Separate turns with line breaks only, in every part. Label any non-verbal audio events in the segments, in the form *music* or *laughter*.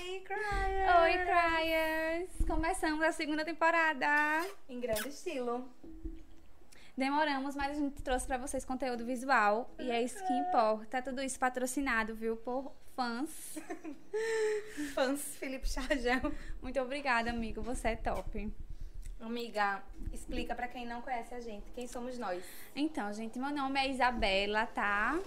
Criers!
Oi, Criers! Começamos a segunda temporada.
Em grande estilo.
Demoramos, mas a gente trouxe pra vocês conteúdo visual e é isso que importa. Tudo isso patrocinado, viu, por fãs.
Fãs Felipe Chargel.
Muito obrigada, amigo. Você é top.
Amiga, explica pra quem não conhece a gente quem somos nós.
Então, gente, meu nome é Isabela, tá?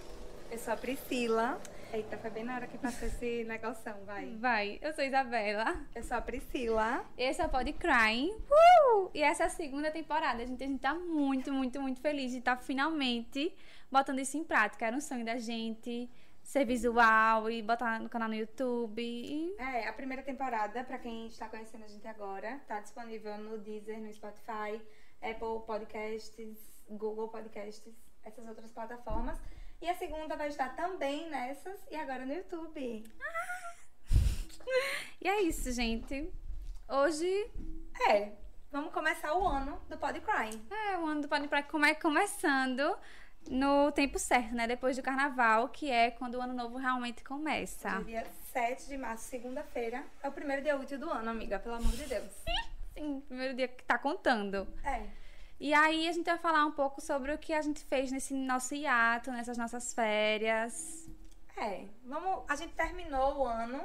Eu sou a Priscila. Eita, foi bem na hora que passou esse negoção, vai.
Vai, eu sou Isabela.
Eu sou a Priscila.
Esse é o Pod Crying. Uh! E essa é a segunda temporada. A gente, a gente tá muito, muito, muito feliz de estar finalmente botando isso em prática. Era um sonho da gente ser visual e botar no canal no YouTube. E
É, a primeira temporada, pra quem está conhecendo a gente agora, tá disponível no Deezer, no Spotify, Apple Podcasts, Google Podcasts, essas outras plataformas. E a segunda vai estar também nessas e agora no YouTube.
e é isso, gente. Hoje
É, vamos começar o ano do Pod Crime.
É, o ano do Pode Praia come começando no tempo certo, né? Depois do carnaval, que é quando o ano novo realmente começa.
Dia 7 de março, segunda-feira. É o primeiro dia útil do ano, amiga, pelo amor de Deus.
Sim, primeiro dia que tá contando.
É.
E aí a gente vai falar um pouco sobre o que a gente fez nesse nosso hiato, nessas nossas férias.
É, vamos. A gente terminou o ano,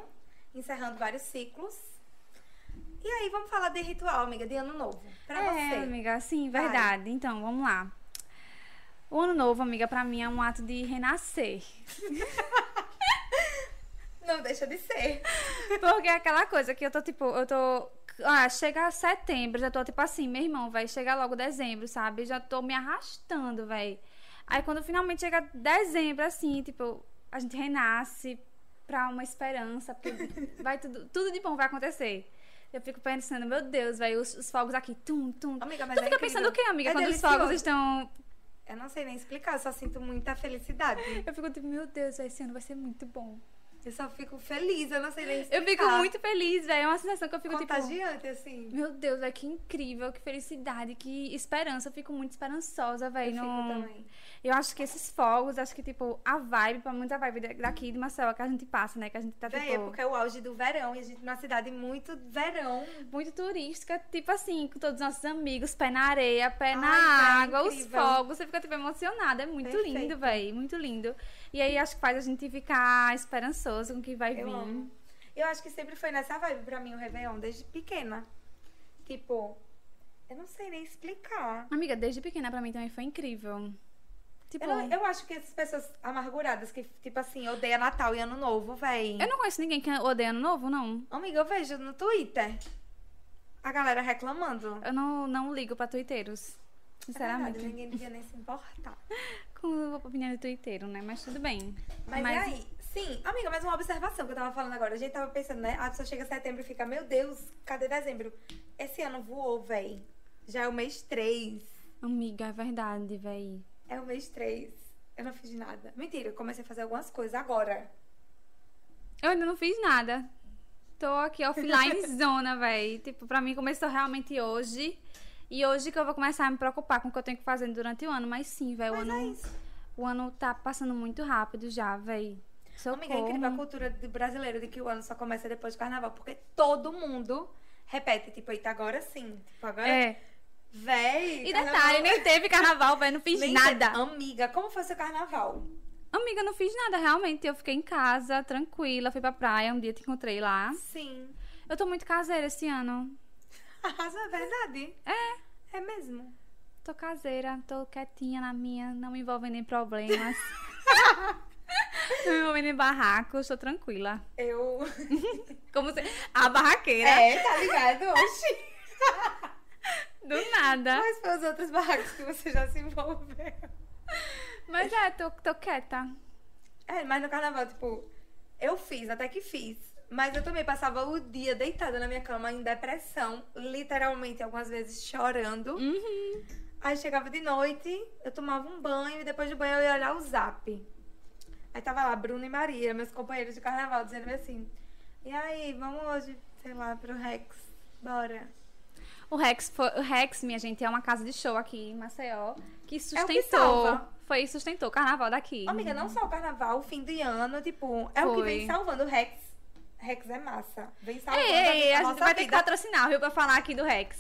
encerrando vários ciclos. E aí, vamos falar de ritual, amiga, de ano novo. Pra
é,
você.
amiga, sim, verdade. Então, vamos lá. O ano novo, amiga, pra mim é um ato de renascer.
Não deixa de ser.
Porque é aquela coisa que eu tô tipo, eu tô. Ah, chega setembro, já tô tipo assim, meu irmão, vai chegar logo dezembro, sabe? Já tô me arrastando, velho. Aí quando finalmente chega dezembro, assim, tipo, a gente renasce pra uma esperança, pro- *laughs* vai tudo, tudo de bom vai acontecer. Eu fico pensando, meu Deus, velho, os, os fogos aqui, tum, tum.
Amiga, mas
tu
é
fica
incrível.
pensando o quê, amiga,
É
quando
delicioso.
os fogos estão.
Eu não sei nem explicar, eu só sinto muita felicidade.
Eu fico tipo, meu Deus, véi, esse ano vai ser muito bom.
Eu só fico feliz, eu não sei nem explicar.
Eu fico muito feliz, velho. É uma sensação que eu fico tipo.
contagiante, assim.
Meu Deus, velho, que incrível, que felicidade, que esperança. Eu fico muito esperançosa,
Eu
velho.
fico
no-
também.
Eu acho que esses fogos, acho que, tipo, a vibe, pra muita vibe da- daqui de Marcela que a gente passa, né? Que a gente tá,
Véi,
tipo,
é porque é o auge do verão e a gente numa cidade muito verão.
muito turística, tipo assim, com todos os nossos amigos, pé na areia, pé na
Ai, tá
água, os
incrível.
fogos. Você fica, tipo, emocionada. É muito
Perfeito.
lindo, velho, muito lindo. E aí, acho que faz a gente ficar esperançoso com o que vai
Eu
vir.
amo. Eu acho que sempre foi nessa vibe pra mim o Réveillon, desde pequena. Tipo, eu não sei nem explicar.
Amiga, desde pequena pra mim também foi incrível. Tipo,
Eu, não- eu acho que essas pessoas amarguradas que, tipo assim, odeia Natal e Ano Novo, véi.
eu não conheço ninguém que odeia ano novo, não.
Amiga, eu vejo no Twitter a galera reclamando. É
Eu não, não ligo pra tuiteiros.
Sinceramente,
Sinceramente.
ninguém devia nem se importar.
Com a opinião do tuiteiro, né? Mas tudo bem.
Mas, e aí? Sim, amiga, mas uma observação que eu tava falando agora. A gente tava pensando, né? A pessoa chega setembro e fica, meu Deus, cadê dezembro? Esse ano voou, véi. Já é o mês 3.
Amiga, é verdade, véi.
É o mês 3. Eu não fiz nada. Mentira, eu comecei a fazer algumas coisas agora.
Eu ainda não fiz nada. Tô aqui offline
*laughs*
zona, véi. Tipo, pra mim começou realmente hoje. E hoje que eu vou começar a me preocupar com o que eu tenho que fazer durante o ano. Mas sim, véi, o
Mas
ano,
é isso.
o ano tá passando muito rápido já, véi. Socorro.
Amiga, é incrível a cultura de brasileira de que o ano só começa depois do carnaval, porque todo mundo repete, tipo, eita, agora sim. Tipo, agora.
É.
Véi.
E
carnaval-
detalhe, nem teve carnaval, véi. Não fiz
Nem-
nada.
Amiga, como foi seu carnaval?
Amiga, eu não fiz nada, realmente. Eu fiquei em casa, tranquila, fui pra praia, um dia te encontrei lá.
Sim. *laughs*
Eu tô muito caseira esse ano.
Arrasou, é verdade. É. É mesmo.
Tô caseira, tô quietinha na minha, não me envolvendo
*laughs*
em problemas. não me envolvendo em barracos, tô tranquila.
Eu.
Como se... A barraqueira,
É, tá ligado? Oxi. É.
do nada.
Quais foram os outros barracos que você já se envolveu?
Mas é, tô, tô quieta.
É, mas no carnaval, tipo, eu fiz, até que fiz. Mas eu também passava o dia deitada na minha cama em depressão, literalmente, algumas vezes chorando. Aí chegava de noite, eu tomava um banho e depois do banho eu ia olhar o zap. Aí tava lá Bruno e Maria, meus companheiros de carnaval, dizendo assim: E aí, vamos hoje, sei lá, pro Rex, bora.
O Rex, foi, o Rex, minha gente, é uma casa de show aqui em Maceió que
É o que
sustentou.
salva.
foi sustentou o carnaval daqui.
Amiga, não só o carnaval, o fim de ano, tipo, é o que
Foi.
vem salvando o Rex. Rex é massa. Vem salvando
Ei,
a,
ei,
a
a
nossa
gente vai ter que
vida.
patrocinar, viu? Pra falar aqui do Rex.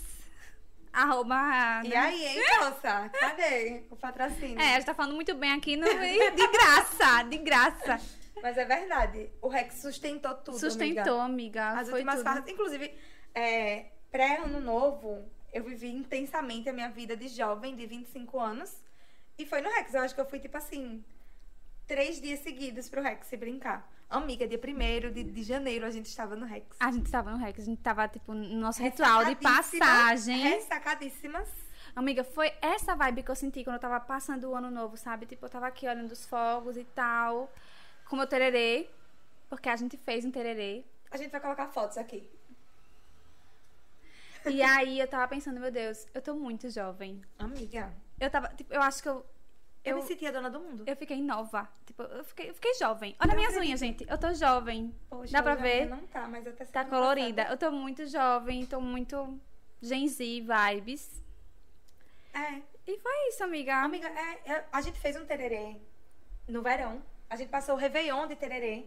Arroba.
E
né?
aí, hein, moça? Cadê o patrocínio?
É, a gente tá falando muito
*laughs*
bem aqui no... e de graça, de graça.
Mas é verdade. O Rex sustentou tudo, amiga.
Sustentou, amiga.
As
Foi
últimas
tudo.
farras. Inclusive, é, pré-ano novo, eu vivi intensamente a minha vida de jovem, de 25 anos. E foi no Rex. Eu acho que eu fui, tipo assim, três dias seguidos pro Rex se brincar. Amiga, dia 1 de, de janeiro a gente estava no Rex.
A gente tava no Rex, a gente tava, tipo, no nosso ritual de
Ressacadíssimas-
passagem.
Ressacadíssimas.
Amiga, foi essa vibe que eu senti quando eu tava passando o ano novo, sabe? Tipo, eu tava aqui olhando os fogos e tal, com meu tererê, porque a gente fez um tererê.
A gente vai colocar fotos aqui.
E aí eu tava pensando, meu Deus, eu tô muito jovem.
Amiga,
Eu tava, tipo, eu acho que eu
eu,
Eu-
me senti a dona do mundo.
eu fiquei nova. Tipo, eu fiquei, eu fiquei jovem. Olha minhas unhas, gente. Eu tô jovem.
Poxa,
Dá pra
hoje a
ver?
minha Não tá, mas até
Tá
semana
colorida. Eu tô muito jovem, tô muito Gen Z vibes.
passada. É.
E foi isso, amiga.
Amiga, é, é, a gente fez um tererê no verão. A gente passou o Réveillon de tererê.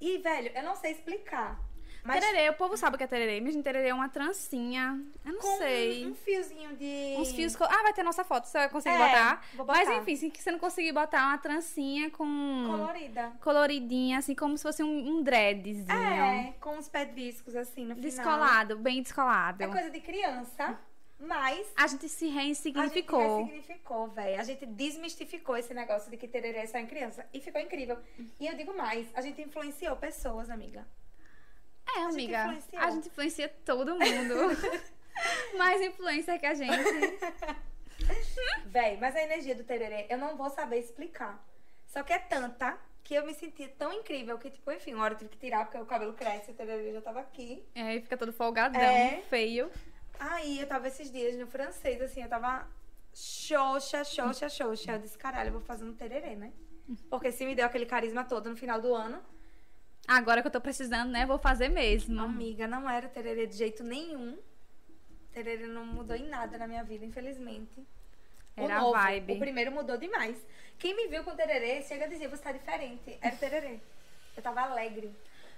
E, velho, eu não sei explicar. Mas
Uhum. Tererê, o povo sabe o que é tererê. Mesmo tererê é uma trancinha. Eu não
com
sei.
um fiozinho de.
Uns fios. co- Ah, vai ter nossa foto, você vai conseguir
É,
botar.
vou
Mas
botar.
enfim, hum. se você não conseguir botar uma trancinha com.
Colorida.
Coloridinha, assim, como se fosse um, um dreadzinho.
É, com uns pedriscos assim no final.
Descolado, bem descolado.
É coisa de criança, mas.
A gente se
A
reinsignificou.
gente ressignificou, velho. A gente desmistificou esse negócio de que tereré é só em criança. E ficou incrível. E eu digo mais, a gente influenciou pessoas, amiga.
É,
gente
amiga.
influenciou.
A gente influencia todo
*laughs*
mundo. Mais influencer que a gente.
Véi, mas a energia do tererê, eu não vou saber explicar. Só que é tanta que eu me sentia tão incrível que, tipo, enfim, uma hora eu tive que tirar porque o cabelo cresce, o tererê já tava aqui.
É, e fica todo folgadão,
É.
feio.
Aí eu tava esses dias no francês, assim, eu tava xoxa, xoxa, xoxa. Eu disse, caralho, eu vou fazer um tererê, né? Porque se me deu aquele carisma todo no final do ano,
Agora que eu tô precisando, né? Vou fazer mesmo.
amiga, não era tererê de jeito nenhum. Tererê não mudou em nada na minha vida, infelizmente. O
Era
novo,
a vibe.
O primeiro mudou demais. Quem me viu com tererê chega a dizer, você tá diferente. Era tererê. Eu tava alegre.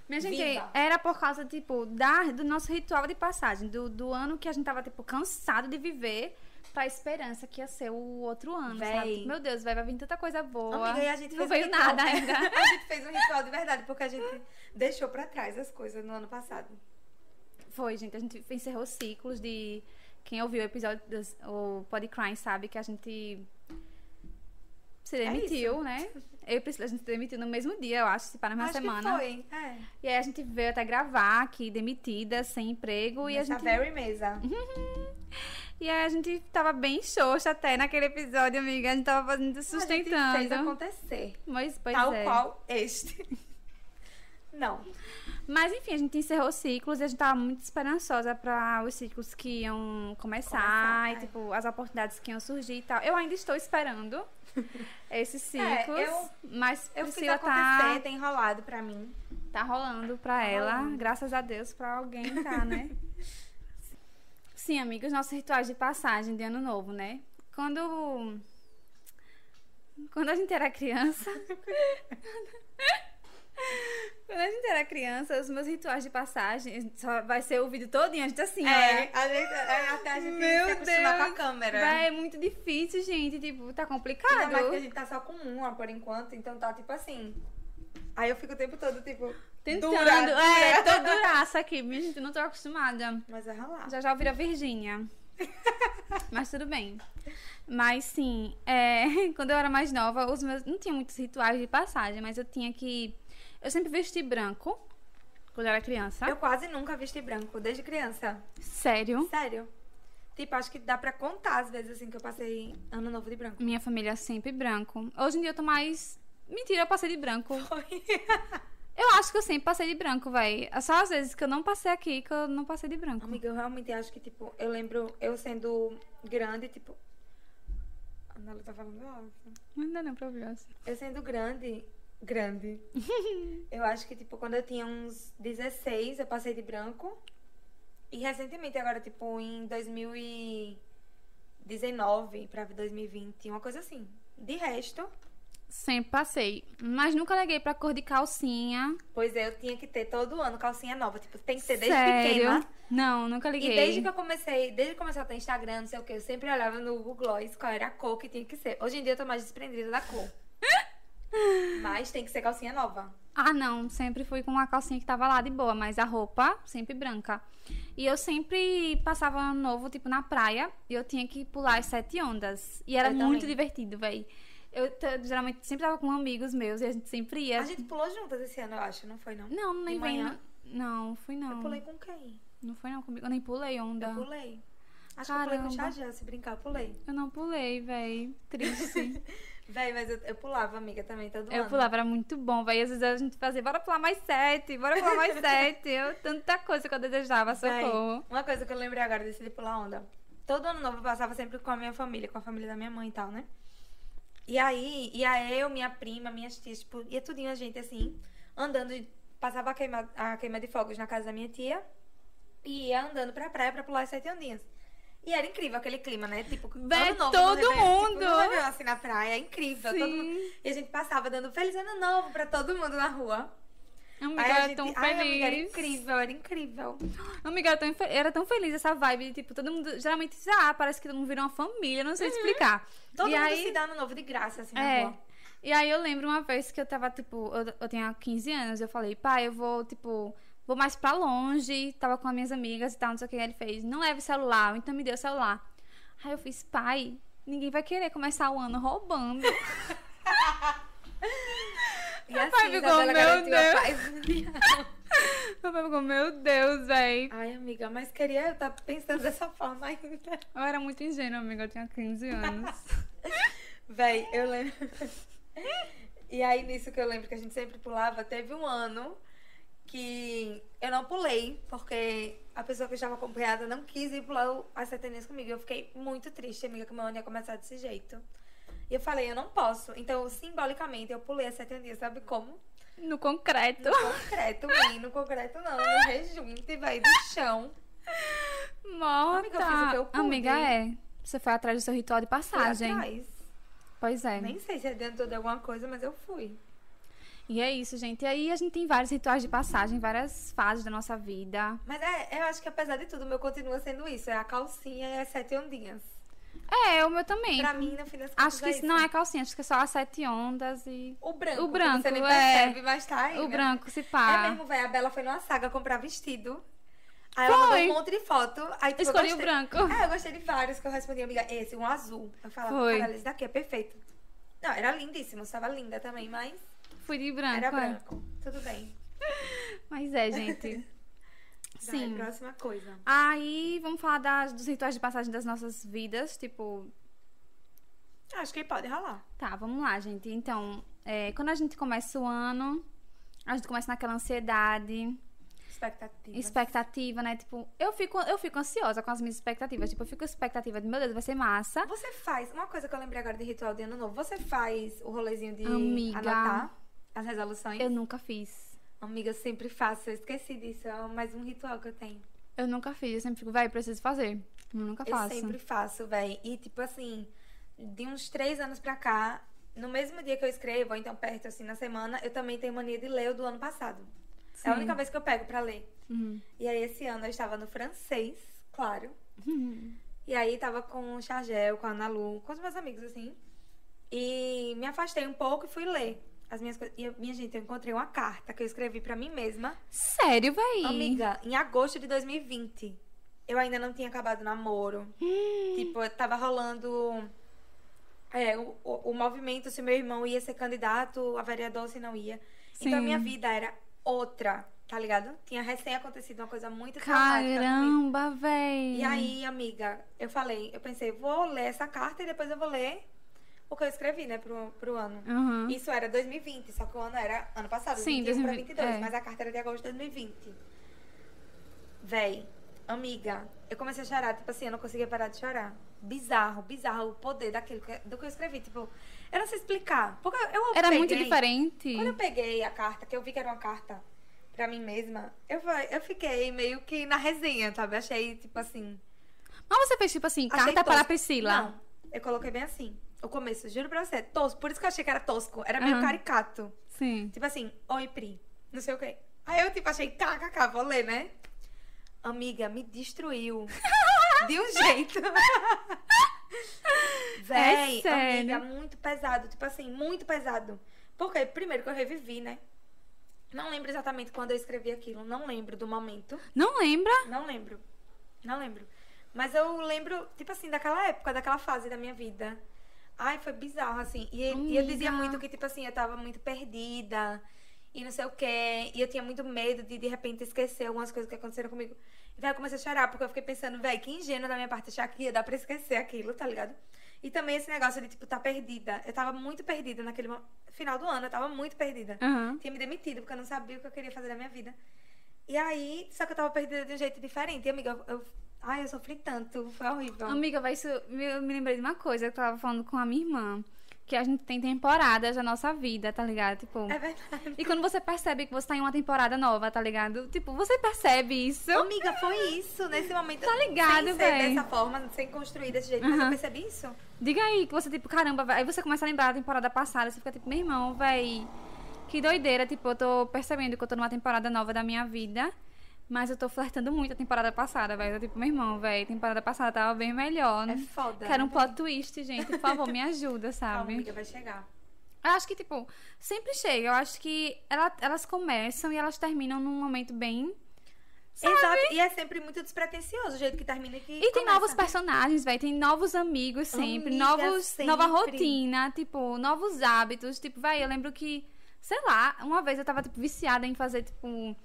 Minha gente,
Viva.
era por causa, tipo, da, do nosso ritual de passagem, do, do ano que a gente tava, tipo, cansado de viver pra esperança que ia ser o outro ano,
Véi.
sabe? Tipo, Meu Deus, véi, vai vir tanta coisa boa.
Amiga, e a gente
Não
fez
veio
um ritual.
nada
*laughs*
ainda.
A gente fez um ritual de verdade, porque a gente deixou pra trás as coisas no ano passado.
Foi, gente, a gente encerrou ciclos de... Quem ouviu o episódio do Podcrying sabe que a gente se
É
demitiu, né? Eu e Priscila, a gente se demitiu no mesmo dia, eu acho, se para na
Acho que
semana.
foi. É.
E aí a gente veio até gravar aqui, demitida, sem emprego. e a
Nessa
gente
very mesa.
E aí a gente tava bem xoxa até naquele episódio, amiga. A gente tava fazendo
A gente fez
sustentando.
acontecer.
Mas, pois
tal
é.
qual este. *laughs* Não.
Mas enfim, a gente encerrou os ciclos e a gente tava muito esperançosa pra os ciclos que iam começar,
Começar,
e
é.
tipo, as oportunidades que iam surgir e tal. Eu ainda
*laughs*
estou esperando esses
É,
ciclos,
eu-
mas
Eu fiz
Priscila
acontecer,
tá,
tem enrolado pra mim.
tá rolando pra ela.
rolando.
Graças a Deus, pra alguém tá, né? *laughs* Sim, amigos, nossos rituais de passagem de ano novo, né? Quando. Quando a gente era criança. *laughs* Quando a gente era criança, os meus rituais de passagem. Só vai ser o vídeo todinho, a gente assim, olha.
a gente- é, até a gente
Meu
se acostumar
Deus.
com a câmera.
Vai, é muito difícil, gente. Tipo, tá
Ainda mais que a
complicado.
gente tá só com uma por enquanto, então tá tipo assim. Aí eu fico o tempo todo, tipo,
Tentando.
dura,
É,
dura.
tô duraça aqui, minha gente, não tô acostumada.
Mas é rolar.
Já já eu viro a Virgínia. *laughs* Mas tudo bem. Mas sim, é, *laughs* quando eu era mais nova, os meus. Não tinha muitos rituais de passagem, mas eu tinha que. Eu sempre vesti branco quando eu era criança.
Eu quase nunca vesti branco, desde criança.
Sério.
Sério. Tipo, acho que dá pra contar as vezes assim que eu passei ano novo de branco.
Minha família é sempre branco. Hoje em dia eu tô mais. Mentira, eu passei
*laughs*
de branco. Eu acho que eu sempre passei de branco, véi. É Só as vezes que eu não passei aqui que eu não passei de branco.
Amiga, eu realmente acho que, tipo, eu lembro eu sendo grande, tipo. A Nala tá falando alto.
Mas não é nenhum problema.
Eu sendo grande. Grande. eu acho que, tipo, quando eu tinha uns 16, eu passei de branco. E recentemente, agora, tipo, em 2019 pra 2020, uma coisa assim. De resto,
Sempre passei. Mas nunca liguei pra cor de calcinha.
Pois é, eu tinha que ter todo ano calcinha nova. Tipo, tem que ter desde
Sério?
pequena.
Não, nunca
E
liguei.
desde que eu comecei, desde que começou a ter Instagram, não sei o que, eu sempre olhava no Google Gloss qual era a cor que tinha que ser. Hoje em dia eu tô mais desprendida da cor. Mas tem que ser calcinha nova.
Ah, não. Sempre fui com a calcinha que tava lá de boa, mas a roupa sempre branca. E eu sempre passava ano novo, tipo, na praia. E eu tinha que pular as sete ondas. E era
Eu
muito
também.
divertido, véi. Eu t- geralmente sempre tava com amigos meus e a gente sempre ia.
A gente pulou juntas esse ano, eu acho, não foi não?
Não, nem
De
vem.
manhã?
Não, fui
Eu
não.
pulei com quem?
Não foi não comigo. Eu nem pulei onda.
Eu pulei. Acho que eu pulei com o
Caramba.
Xajã, se brincar, eu pulei.
Eu não pulei, véi.
*laughs*
Triste.
Véi, mas eu, eu pulava, amiga, também, todo ano.
eu pulava, era muito bom, véi. Às vezes a gente fazia, bora pular mais sete, bora
*laughs*
pular mais sete. Eu, tanta coisa que eu desejava,
Véi,
socorro.
uma coisa que eu lembrei agora desse de pular onda. Todo ano novo eu passava sempre com a minha família, com a família da minha mãe e tal, né? E aí, ia eu, minha prima, minhas tias, tipo, ia tudinho a gente assim, andando, e passava a queima, a queima de fogos na casa da minha tia e ia andando pra praia pra pular as sete ondinhas. E era incrível aquele clima, né? Tipo,
Véi,
ano novo,
todo
no Réveillon, tipo,
mundo!
no Réveillon, assim na praia, é incrível. todo
Sim.
mundo- E a gente passava dando feliz ano novo pra todo mundo na rua.
Amiga,
Aí a
era
gente-
Um tão
Ai,
feliz.
amiga, era incrível, era incrível.
Amiga, era tão, fe- era tão feliz essa vibe. de, Tipo, todo mundo. Geralmente, ah, parece que todo mundo virou uma família, não sei explicar.
Uhum. Todo
e
mundo
aí,
se dá no novo de graça, assim, na
É.
rua.
E aí eu lembro uma vez que eu tava, tipo, eu, eu tinha 15 anos, eu falei, pai, eu vou, tipo, vou mais pra longe, tava com as minhas amigas e tal, não sei o que. Ele fez, não leve celular, então me deu o celular. Aí eu fiz, pai, ninguém vai querer começar o ano *laughs* roubando.
E
Meu
assim,
pai ficou,
Isabela
"Meu
garantiu a
Deus."
paz.
Meu pai ficou, meu Deus, véi.
*laughs* Ai, amiga, mas queria eu estar pensando dessa forma ainda.
Eu era muito ingênua, amiga, eu tinha 15 anos.
Véi, eu lembro. *laughs* E aí, nisso que eu lembro que a gente sempre pulava, teve um ano que eu não pulei, porque a pessoa que eu estava acompanhada não quis ir pular o- as setenias comigo. Eu fiquei muito triste, amiga, que meu ano ia começar desse jeito. E eu falei, eu não posso. Então, simbolicamente, eu pulei as setenias, sabe como?
*laughs* No concreto.
Concreto, menino, concreto não, no rejunte, vai do chão.
Morta.
Amiga, eu fiz o que eu pude.
Amiga, é. Você foi atrás do seu ritual de
Fui
passagem.
atrás.
Pois é.
Nem sei se adiantou de alguma coisa, mas eu fui.
E é isso, gente. E aí a gente tem vários rituais de passagem, várias fases da nossa vida.
Mas é, eu acho que apesar de tudo, o meu continua sendo isso. É a calcinha e as sete ondinhas.
É, o meu também.
Pra mim, no fim das contas,
acho que isso não é calcinha, acho que é só as sete ondas e.
O branco.
O branco,
que Você nem
é.
percebe, mas tá aí,
o
né?
branco se
É
pá.
mesmo, velho. A Bela foi numa saga comprar vestido. Aí ela mandou
Foi.
um monte de foto. Aí, tipo, eu
Escolhi o
gostei-
branco.
É, eu gostei de vários que eu respondi, amiga, esse, um azul. Eu falava,
Foi.
caralho, esse daqui é perfeito. Não, era lindíssimo, estava linda também, mas
Fui de branco.
era
é.
branco. Tudo bem.
Mas
*laughs*
é, gente.
Vai,
Sim.
próxima coisa.
Aí vamos falar das- dos rituais de passagem das nossas vidas. Tipo,
Acho que pode rolar.
Tá, vamos lá, gente. Então, é, quando a gente começa o ano, a gente começa naquela ansiedade,
Expectativa.
expectativa, né? Tipo, eu fico, eu fico ansiosa com as minhas expectativas. Tipo, eu fico com expectativa de, meu Deus, vai ser massa.
Você faz. Uma coisa que eu lembrei agora de ritual de ano novo. Você faz o rolezinho de
Amiga.
anotar as resoluções?
Eu nunca fiz.
Amiga, eu sempre faço. Eu esqueci disso. É mais um ritual que eu tenho.
Eu nunca fiz. Eu sempre fico, vai, preciso fazer. Eu nunca
Eu
faço.
sempre faço, véi. E tipo assim, de uns três anos pra cá, no mesmo dia que eu escrevo, ou então perto assim na semana, eu também tenho mania de ler o do ano passado. É a
Sim.
única vez que eu pego pra ler.
Uhum.
E aí esse ano eu estava no francês, claro. E aí tava com o Chargel, com a Ana Lu, com os meus amigos, assim. E me afastei um pouco e fui ler as minhas coisas. E, eu- minha gente, eu encontrei uma carta que eu escrevi pra mim mesma.
Sério, véi?
Amiga, em agosto de 2020. Eu ainda não tinha acabado o namoro.
Hum.
Tipo, eu tava rolando é, o, o, o movimento se meu irmão ia ser candidato a vereador, se não ia. Então a
Sim.
minha vida era outra, tá ligado? Tinha recém acontecido uma coisa muito traumática comigo.
Caramba, véi.
E aí, amiga, eu falei, eu pensei, vou ler essa carta e depois eu vou ler o que eu escrevi, né, pro, pro ano.
Uhum.
Isso era 2020, só que o ano era ano passado, 21
Sim,
pra
2020,
22,
é.
mas a carta era de agosto de 2020. Véi, amiga, eu comecei a chorar, tipo assim, eu não conseguia parar de chorar. Bizarro, bizarro o poder daquilo que, do que eu escrevi, tipo, eu não sei explicar. Porque eu, eu
Era muito
peguei-
diferente.
quando eu peguei a carta, que eu vi que era uma carta pra mim mesma, eu, fa- eu fiquei meio que na resenha, sabe? Achei, tipo assim.
Mas você fez, tipo assim,
achei
carta para
tosco.
a Priscila.
Não, eu coloquei bem assim. o começo, juro pra você, tosco. Por isso que eu achei que era tosco. Era meio
Aham.
caricato.
Sim.
Tipo assim, oi, Pri. Não sei o quê. Aí eu, tipo, achei, kkk, vou ler, né? Amiga, me
*laughs*
destruiu. De um jeito. Véi,
É sério.
amiga, muito pesado. Tipo assim, muito pesado. Porque, primeiro, que eu revivi, né? Não lembro exatamente quando eu escrevi aquilo. Não lembro do momento.
Não lembra?
Não lembro. Não lembro. Mas eu lembro, tipo assim, daquela época, daquela fase da minha vida. Ai, foi bizarro, assim. E, e eu dizia
Amiga.
muito que, tipo assim, eu tava muito perdida. E não sei o quê. E eu tinha muito medo de, de repente, esquecer algumas coisas que aconteceram comigo. E, véi, eu comecei a chorar, porque eu fiquei pensando, véi, que ingênuo da minha parte achar que ia dar pra esquecer aquilo, tá ligado? E também esse negócio de, tipo, tá perdida. Eu tava muito perdida naquele mo- final do ano. Eu tava muito perdida
Aham.
tinha me demitido, porque eu não sabia o que eu queria fazer da minha vida. E aí, só que eu tava perdida de um jeito diferente. E, amiga, eu, eu- ai, eu sofri tanto, foi horrível.
Amiga, vai isso. Eu me lembrei de uma coisa que eu tava falando com a minha irmã. Que a gente tem temporadas da nossa vida, tá ligado? Tipo.
É verdade.
E quando você percebe que você tá em uma temporada nova, tá ligado? Tipo, você percebe isso.
Amiga, foi isso, nesse momento.
Tá ligado,
sem ser
véi.
dessa forma, sem construir desse jeito, mas eu
Aham.
percebi isso.
Diga aí que você, tipo, caramba, véi. aí você começa a lembrar da temporada passada, você fica tipo, meu irmão, véi, que doideira, tipo, eu tô percebendo que eu tô numa temporada nova da minha vida, mas eu tô flertando muito a temporada passada, véi. Eu tô tipo, meu irmão, véi, temporada passada tava bem melhor.
É foda.
Quero um
né?
plot twist, gente, por favor, me ajuda,
*laughs* Calma,
sabe?
amiga, vai chegar.
Eu acho que, tipo, sempre chega, eu acho que ela- elas começam e elas terminam num momento bem...
Exato, e é sempre muito despretensioso o jeito que termina aqui.
E tem novos personagens, véi, tem novos amigos sempre,
Amiga,
novos, nova
sempre.
rotina, tipo, novos hábitos, tipo, véi, eu lembro que, sei lá, uma vez eu tava, tipo, viciada em fazer, tipo,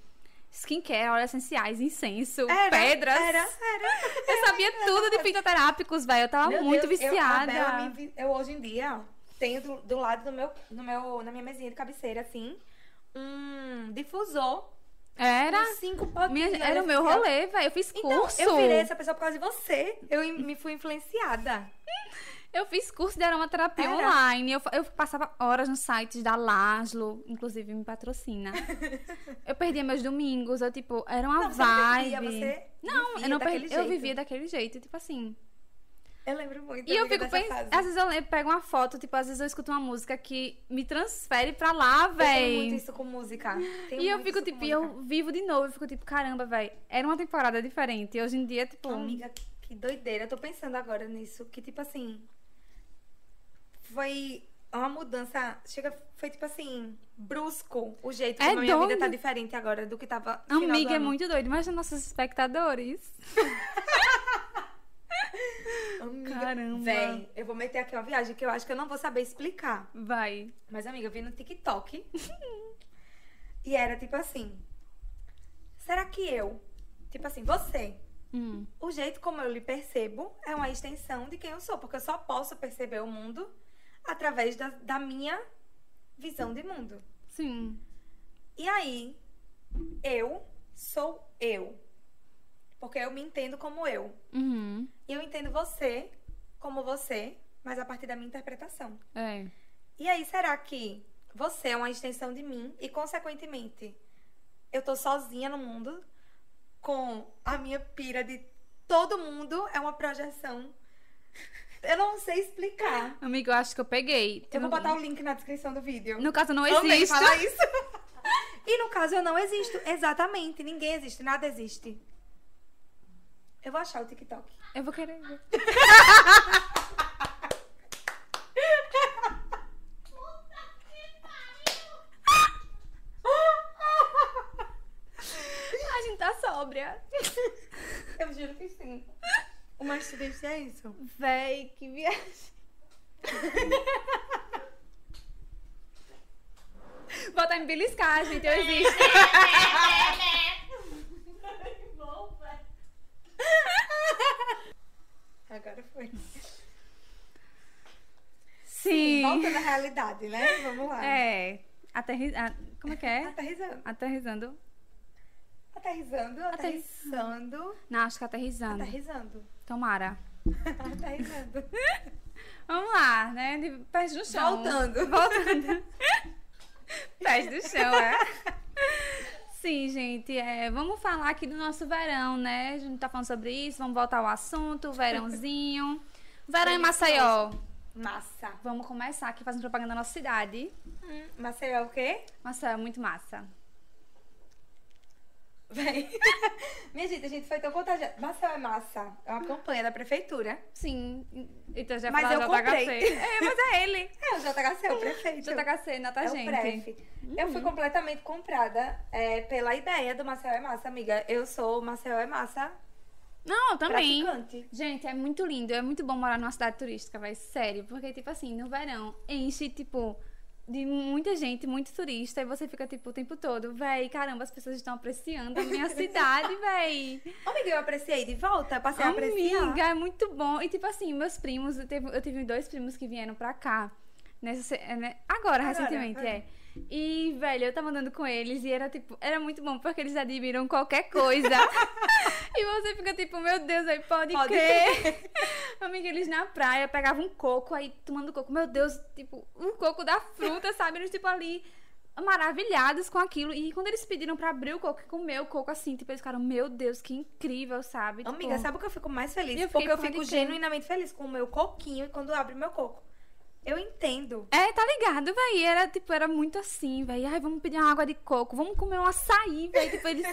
skincare, óleos essenciais, incenso,
Era,
pedras.
Era, era.
Eu sabia tudo de fitoterápicos, véi, eu tava
Meu
Tá muito
Deus, eu- a
viciada.
Bela me vi- Eu, hoje em dia tenho do, do lado do meu, no meu, na minha mesinha de cabeceira, assim, um difusor
Era,
com cinco potinhos.
minha- era o meu
assim, ó.
rolê, véi, eu fiz
Então,
curso.
eu virei essa pessoa por causa de você. Eu in- me fui influenciada.
Eu fiz curso de aromaterapia
Era?
online. Eu, fa- eu passava horas nos sites da Laszlo, inclusive
*laughs*
me patrocina. eu perdia meus domingos, eu tipo, era uma
você
vibe.
não perdia, você
Não,
vivia
eu não
daquele
perdi, eu
jeito.
vivia daquele jeito, tipo assim.
Eu lembro muito.
E eu
amiga,
fico
Então dessa
pensando,
fase.
às vezes eu le- pego uma foto, tipo, às vezes eu escuto uma música que me transfere pra lá,
Eu tenho muito
véi.
isso com
*gasps*
música. Tenho
E eu
muito
fico
isso com
tipo, e eu
música.
vivo de novo, eu fico tipo, caramba, véi. Era uma temporada diferente. Hoje em dia, tipo,
Amiga, que doideira. Eu tô pensando agora nisso. Que tipo assim. Foi uma mudança. Chega, foi tipo assim. Brusco o jeito como
É
a minha vida tá
doido.
diferente agora do que tava. no final do
amiga é
ano.
muito doido, mas nossos espectadores.
Amiga,
Caramba.
Véi, eu vou meter aqui uma viagem que eu acho que eu não vou saber explicar.
Vai.
Mas, amiga, eu vi no
*laughs*
TikTok. e era tipo assim: será que eu, tipo assim, você,
Hum.
o jeito como eu lhe percebo é uma extensão de quem eu sou, porque eu só posso perceber o mundo através da, da minha visão de mundo.
Sim.
E aí, eu sou eu. Porque eu me entendo como eu.
Uhum.
E eu entendo você como você, mas a partir da minha interpretação.
É.
E aí, será que você é uma extensão de mim e, consequentemente, eu tô sozinha no mundo com a minha pira de todo mundo é uma projeção? *laughs* Eu não sei explicar.
Amigo, eu acho que eu peguei.
Eu vou
No-
botar o link na descrição do vídeo.
No caso, não
Amei
existe.
falar isso.
*laughs*
E no caso, eu não existo. Exatamente. Ninguém existe. Nada existe. Eu vou achar o TikTok.
Eu vou querer ver. A gente tá sóbria.
Eu juro que sim. O Mastudente é isso.
Véi, que viagem. Voltar a me beliscar, gente. Eu existo.
Agora foi.
Sim.
Volta da realidade, né? Vamos lá. tá
É. Aterri... a- Como é que é?
Aterrizando.
Aterrizando.
tá Aterrizando, aterrizando,
Não, acho que
tá
aterrizando.
aterrizando.
Tomara.
tá Aterrizando.
Vamos lá, né? De pés do chão.
Voltando.
Voltando. pés do chão,
*laughs*
é. Sim, gente, é, vamos falar aqui do nosso verão, né? A gente tá falando sobre isso, vamos voltar ao assunto, verãozinho. Verão em Maceió.
Massa.
Vamos começar aqui fazendo propaganda da nossa cidade.
Hum, Maceió é o quê?
Nossa, é muito massa.
Véi. *laughs* Minha gente, a gente foi tão contagiada. Maceió é massa. É uma campanha da prefeitura.
Sim. Então já
Mas
falaram
eu
do JHC.
comprei.
É, mas é ele.
*laughs* É, o JHC é o prefeito.
JHC, nota
é o
gente. Uhum.
pref. Eu fui completamente comprada é, pela ideia do Maceió é massa, amiga. Eu sou Maceió é massa
Não, também.
praticante.
Gente, é muito lindo, é muito bom morar numa cidade turística, vai, sério, porque tipo assim, no verão enche tipo de muita gente, muito turista, e você fica tipo o tempo todo, véi, caramba, as pessoas estão apreciando a minha cidade, véi.
Amiga, eu apreciei de volta. Passei a apreciar.
Amiga, é muito bom. E tipo assim, meus primos, eu teve- eu tive dois primos que vieram pra cá. Nessa, se- é, né? agora, recentemente,
é.
é. E, velho, eu tava andando com eles e era tipo, era muito bom porque eles admiram
*laughs*
qualquer coisa. e você fica tipo, meu Deus, aí pode,
Pode
crer. *laughs* Amiga, eles na praia pegavam um coco, aí tomando coco, meu Deus, tipo, um coco da fruta, sabe? Eles, tipo, ali maravilhados com aquilo. E quando eles pediram pra abrir o coco e comer o coco assim, tipo, eles ficaram, meu Deus, que incrível, sabe? Tipo,
Amiga, sabe o que eu fico mais feliz?
Eu fiquei
Porque eu
com a
fico
de quem?
genuinamente feliz com o meu coquinho e quando abre meu coco. Eu entendo.
É, tá ligado, véi? Era, tipo, era muito assim, véi. Ai, vamos pedir uma água de coco, vamos comer um açaí, véi.
*laughs*
Tipo, eles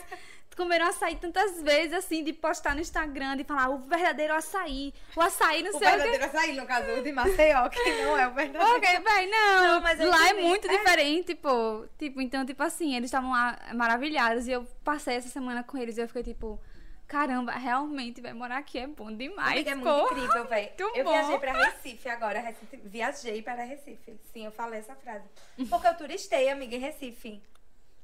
comeram açaí tantas vezes, assim, de postar no Instagram, de falar o verdadeiro açaí, o açaí não
O
sei o é. quê.
verdadeiro açaí, no caso, o de Maceió, que não é o verdadeiro.
Ok, véi, não.
Não, mas eu
lá é
entendi.
muito
É.
diferente, pô. Tipo, então, tipo assim, eles estavam lá maravilhados e eu passei essa semana com eles e eu fiquei, tipo, caramba, realmente, vai morar aqui é bom demais,
Amiga, é muito
pô.
incrível, velho. Eu
muito
viajei
bom.
pra Recife agora. Recife- Viajei para Recife. Sim, eu falei essa frase. Porque eu turistei, amiga, em Recife.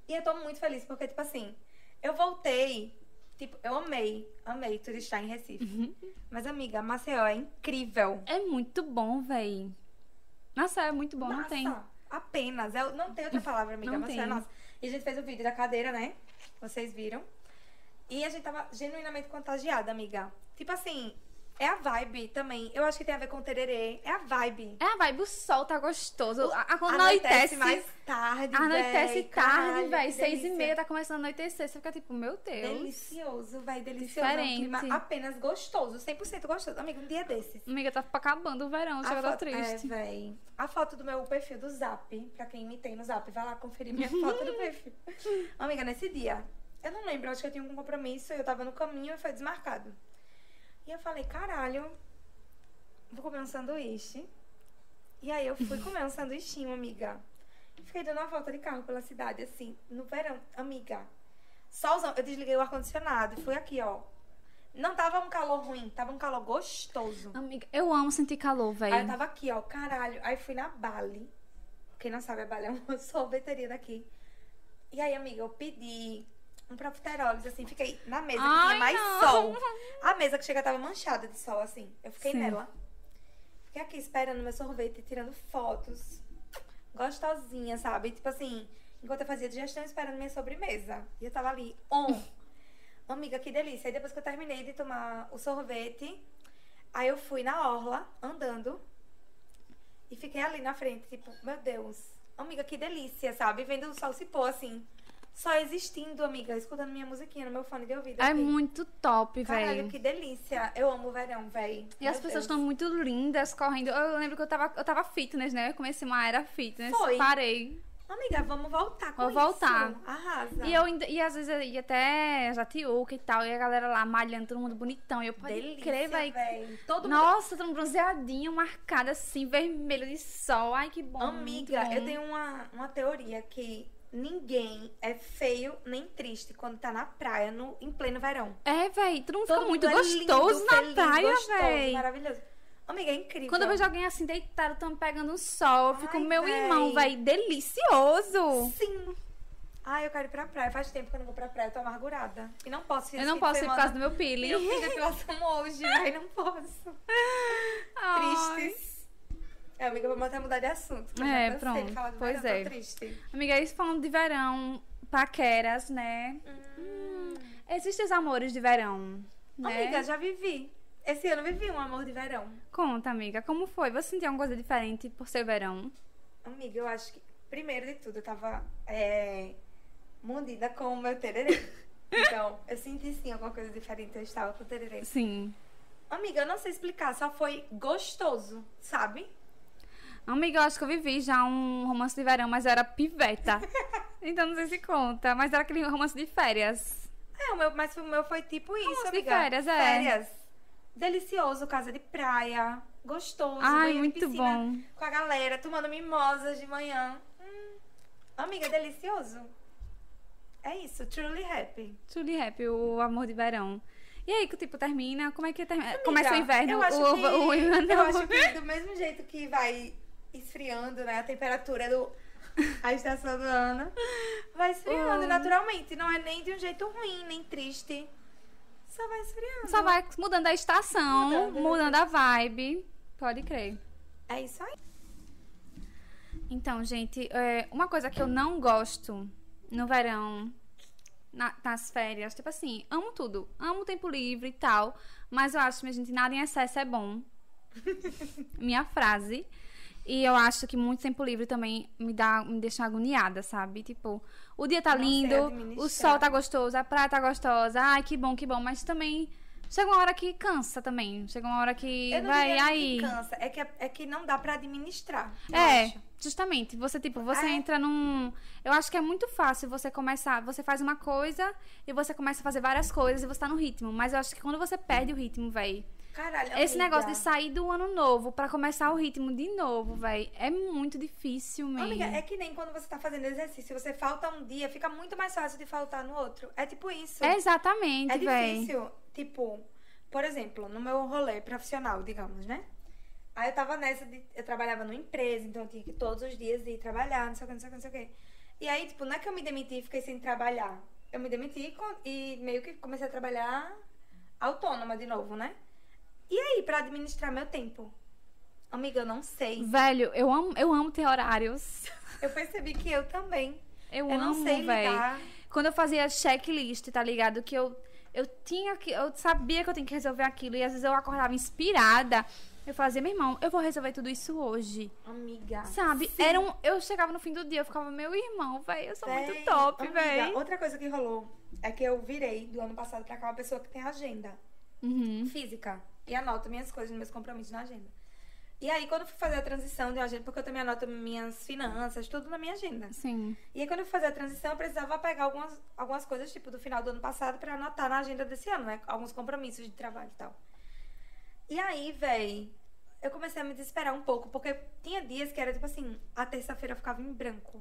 E eu tô muito feliz, porque, tipo assim, eu voltei. Tipo, eu amei, amei turistar em Recife.
Uhum.
Mas, amiga, Maceió é incrível.
É muito bom, véi. Nossa, é muito bom, não
Nossa,
tem.
Apenas. Eu não tem outra palavra, amiga.
Não
Maceió é
tem.
nossa. E a gente fez o vídeo da cadeira, né? Vocês viram. E a gente tava genuinamente contagiada, amiga. Tipo assim, é a vibe também. Eu acho que tem a ver com o tererê. É a vibe.
É a vibe, o sol tá gostoso. A, a, quando
Anoitece
anoitece,
mais tarde,
anoitece
véi.
tarde,
Caralho,
véi.
que
Seis e
delícia.
meia tá começando a anoitecer. Você fica tipo, meu Deus.
Delicioso, véi. Delicioso. É um
Diferente.
clima apenas gostoso. 100% gostoso. Amiga, um dia desses.
Amiga, tá acabando o verão, chega tá
foto-
triste.
É, véi. A foto do meu perfil do Zap, pra quem me tem no Zap, vai lá conferir minha foto do perfil. Amiga, nesse dia, eu não lembro, acho que eu tinha um compromisso, eu tava no caminho e foi desmarcado. E eu falei, caralho, vou comer um sanduíche. E aí eu fui comer um sanduichinho, amiga. Fiquei dando uma volta de carro pela cidade, assim, no verão, amiga. Solzão, eu desliguei o ar-condicionado, fui aqui, ó. Não tava um calor ruim, tava um calor gostoso.
Amiga, eu amo sentir calor, véi.
Aí eu tava aqui, ó, caralho. Aí fui na Bali. Quem não sabe, a Bali é uma *laughs* sorveteria daqui. E aí, amiga, eu pedi um profiteroles, assim, fiquei na mesa que
Ai,
tinha mais
não.
sol. A mesa que chega tava manchada de sol, assim. Eu fiquei
Sim.
nela. Fiquei aqui esperando meu sorvete, tirando fotos. Gostosinha, sabe? Tipo assim, enquanto eu fazia digestão, esperando minha sobremesa. E eu tava ali, on. Amiga, que delícia. Aí depois que eu terminei de tomar o sorvete, aí eu fui na orla, andando. E fiquei ali na frente, tipo, meu Deus. Amiga, que delícia, sabe? Vendo o sol se pôr, assim. Só existindo, amiga, escutando minha musiquinha no meu fone de ouvido.
É
aqui.
muito top,
Caralho,
véi.
que delícia. Eu amo o verão, véi.
E as pessoas estão muito lindas correndo. Eu lembro que eu tava, eu tava fitness, né? Eu comecei uma era fitness.
Foi.
Parei.
Amiga, vamos voltar com
Vou
isso.
voltar.
Arrasa.
E eu ainda- e às vezes eu ia até Jatiuca e tal, e a galera lá malhando, todo mundo bonitão. E eu pode
Delícia,
crer, véi.
véi. Todo mundo
Nossa, todo mundo bronzeadinho, marcado assim, vermelho de sol. Ai, que bom.
Amiga,
muito bom.
eu tenho uma, uma teoria que ninguém é feio nem triste quando tá na praia no, em pleno verão.
É, véi, todo mundo fica
Todo
muito
mundo é lindo,
gostoso na
feliz,
praia,
gostoso,
véi.
Maravilhoso. Amiga, é incrível.
Quando eu vejo alguém assim deitado, tão pegando um sol, eu fico,
Ai,
meu
véi.
irmão, véi, delicioso.
Sim. Ai, eu quero ir pra praia. Faz tempo que eu não vou pra praia, eu tô amargurada. E não posso ir
Eu não posso ir por causa do meu
E eu
pili.
fiz depilação um
*laughs*
hoje, ai, não posso.
Ai.
Tristes. É, amiga, vamos até mudar de assunto. porque eu
É,
já cansei de
pronto.
falar do
Pois
verão,
é.
Tô triste.
Amiga, isso falando de verão, paqueras, né? Hum, Existem os amores de verão, né?
Amiga, já vivi. Esse ano vivi um amor de verão.
Conta, amiga, como foi? Você sentiu alguma coisa diferente por ser verão?
Amiga, eu acho que, primeiro de tudo, eu tava é, mundida com o meu
*laughs*
tererê. Então, eu senti sim alguma coisa diferente. Eu estava com o tererê.
Sim.
Amiga, eu não sei explicar, só foi gostoso, sabe?
Amiga, eu acho que eu vivi já um romance de verão, mas eu
*laughs*
era piveta. então não sei se conta. Mas era aquele romance de férias.
É, o meu, mas o meu foi tipo isso,
Romance de
amiga.
férias, é.
Férias. Delicioso, casa de praia. Gostoso. banheiro
Ai,
de
muito
piscina
bom.
Com a galera, tomando mimosas de manhã. Hum. Amiga, delicioso. É isso, truly happy.
Truly Happy, o amor de verão. E aí, que tipo, termina? Como é que termina? Começa o inverno.
Então, Eu acho,
o,
que,
o, o inverno.
eu acho que do mesmo jeito que vai esfriando, né? A temperatura do. *laughs* A estação do ano vai esfriando
O-
naturalmente. Não é nem de um jeito ruim, nem triste. Só vai esfriando.
Só vai mudando a estação,
Mudando, né?
mudando a vibe. Pode crer.
É isso aí.
Então, gente, é, uma coisa que eu não gosto no verão, na- nas férias, tipo assim, amo tudo. Amo o tempo livre e tal. Mas eu acho, minha gente, nada em excesso é bom. *laughs* minha frase. E eu acho que muito tempo livre também me dá, me deixa agoniada, sabe? Tipo, o dia tá
Não sei
lindo,
administrar.
o sol tá gostoso, a praia tá gostosa. Ai, que bom, que bom. Mas também chega uma hora que cansa também. Chega uma hora que
Eu não
vai
diria
aí.
nem que cansa. É que, é que não dá pra administrar. eu
É,
acho.
justamente. Você, tipo, você
É.
entra num. Eu acho que é muito fácil você começar. Você faz uma coisa e você começa a fazer várias coisas e você tá no ritmo. Mas eu acho que quando você perde o ritmo, véi.
Caralho.
Esse
amiga.
negócio de sair do ano novo pra começar o ritmo de novo, véi, é muito difícil mesmo.
Amiga, é que nem quando você tá fazendo exercício. Você falta um dia, fica muito mais fácil de faltar no outro. É tipo isso.
É exatamente,
É
véi.
difícil, tipo, por exemplo, no meu rolê profissional, digamos, né? Aí eu tava nessa de. Eu trabalhava numa empresa, então eu tinha que todos os dias ir trabalhar, não sei o que, não sei o que, não sei o que. E aí, tipo, não é que eu me demiti e fiquei sem trabalhar. Eu me demiti e co- e meio que comecei a trabalhar autônoma de novo, né? E aí, pra administrar meu tempo? Amiga, eu não sei.
Velho, eu amo, eu amo ter horários.
Eu percebi que eu também.
Eu,
Eu,
amo,
não sei
véi.
lidar.
Quando eu fazia checklist, tá ligado? Que eu, eu tinha que. Eu sabia que eu tinha que resolver aquilo. E às vezes eu acordava inspirada. Eu fazia, meu irmão, eu vou resolver tudo isso hoje.
Amiga.
Sabe?
Ah, sim.
Era um, eu chegava no fim do dia, eu ficava, meu irmão, velho, eu sou
Véi,
muito top,
amiga,
velho.
Outra coisa que rolou é que eu virei do ano passado pra cá uma pessoa que tem agenda
Uhum.
física e anoto minhas coisas, meus compromissos na agenda. E aí, quando eu fui fazer a transição de uma agenda, porque eu também anoto minhas finanças, tudo na minha agenda.
Sim.
E aí, quando eu fui fazer a transição, eu precisava pegar algumas, algumas coisas, tipo, do final do ano passado pra anotar na agenda desse ano, né? Alguns compromissos de trabalho e tal. E aí, véi, eu comecei a me desesperar um pouco, porque tinha dias que era, tipo assim, a terça-feira eu ficava em branco.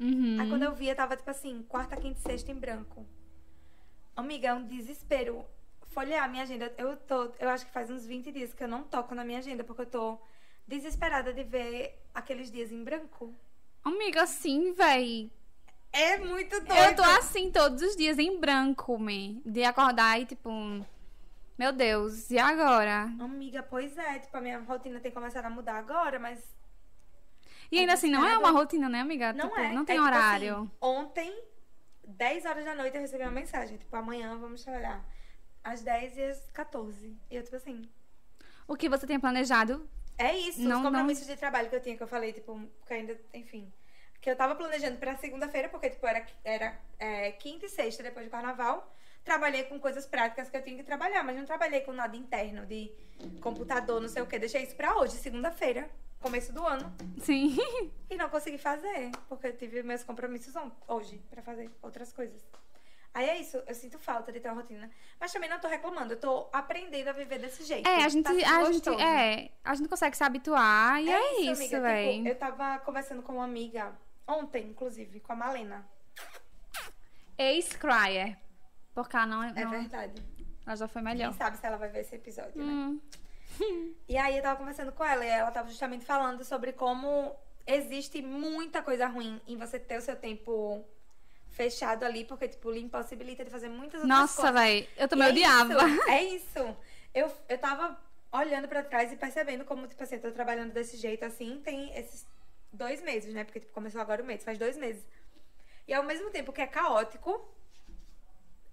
Uhum.
Aí quando eu via, tava tipo assim, quarta, quinta e sexta em branco. Amiga, é um desespero. Folhear a minha agenda. Eu tô. Eu acho que faz uns 20 dias que eu não toco na minha agenda, porque eu tô desesperada de ver aqueles dias em branco.
Amiga, assim, velho.
É muito doido.
Eu tô assim todos os dias em branco, me. De acordar e tipo. Meu Deus, e agora?
Amiga, pois é, tipo, a minha rotina tem começado a mudar agora, mas
E ainda assim, não é uma rotina, né, amiga?
não
Tipo,
é.
Não
É
tem
tipo
horário.
assim, ontem, 10 horas da noite, eu recebi uma mensagem, tipo, amanhã vamos trabalhar. Às 10 e às 14. E eu, tipo assim,
O que você tem planejado
É isso,
Não-
os
não-
compromissos de trabalho que eu tinha, que eu falei, tipo, que ainda, enfim. Que eu tava planejando pra segunda-feira, porque, tipo, era, era é, quinta e sexta depois do carnaval. Trabalhei com coisas práticas que eu tinha que trabalhar, mas não trabalhei com nada interno de computador, não sei o quê. Deixei isso pra hoje, segunda-feira, começo do ano.
Sim.
E não consegui fazer, porque eu tive meus compromissos on- hoje pra fazer outras coisas. Aí é isso, eu sinto falta de ter uma rotina. Mas também não tô reclamando, eu tô aprendendo a viver desse jeito.
É, a gente,
Tá sendo
a gente,
gostoso.
é, a gente consegue se habituar e é, isso,
amiga.
véi.
Tipo, eu tava conversando com uma amiga ontem, inclusive, com a Malena.
Ex-crier. Porque ela não,
É
não-
verdade.
ela já foi
Quem
melhor.
sabe se ela vai ver esse episódio, né?
Hum,
E aí eu tava conversando com ela e ela tava justamente falando sobre como existe muita coisa ruim em você ter o seu tempo fechado ali, porque, tipo, lhe impossibilita de fazer muitas outras
Nossa,
coisas.
véi, eu
E
também
é
odiava. *laughs*
isso, é isso. Eu, eu tava olhando pra trás e percebendo como, tipo assim, eu tô trabalhando desse jeito assim, tem esses dois meses, né? Porque tipo, começou agora o mês, faz dois meses. E ao mesmo tempo que é caótico,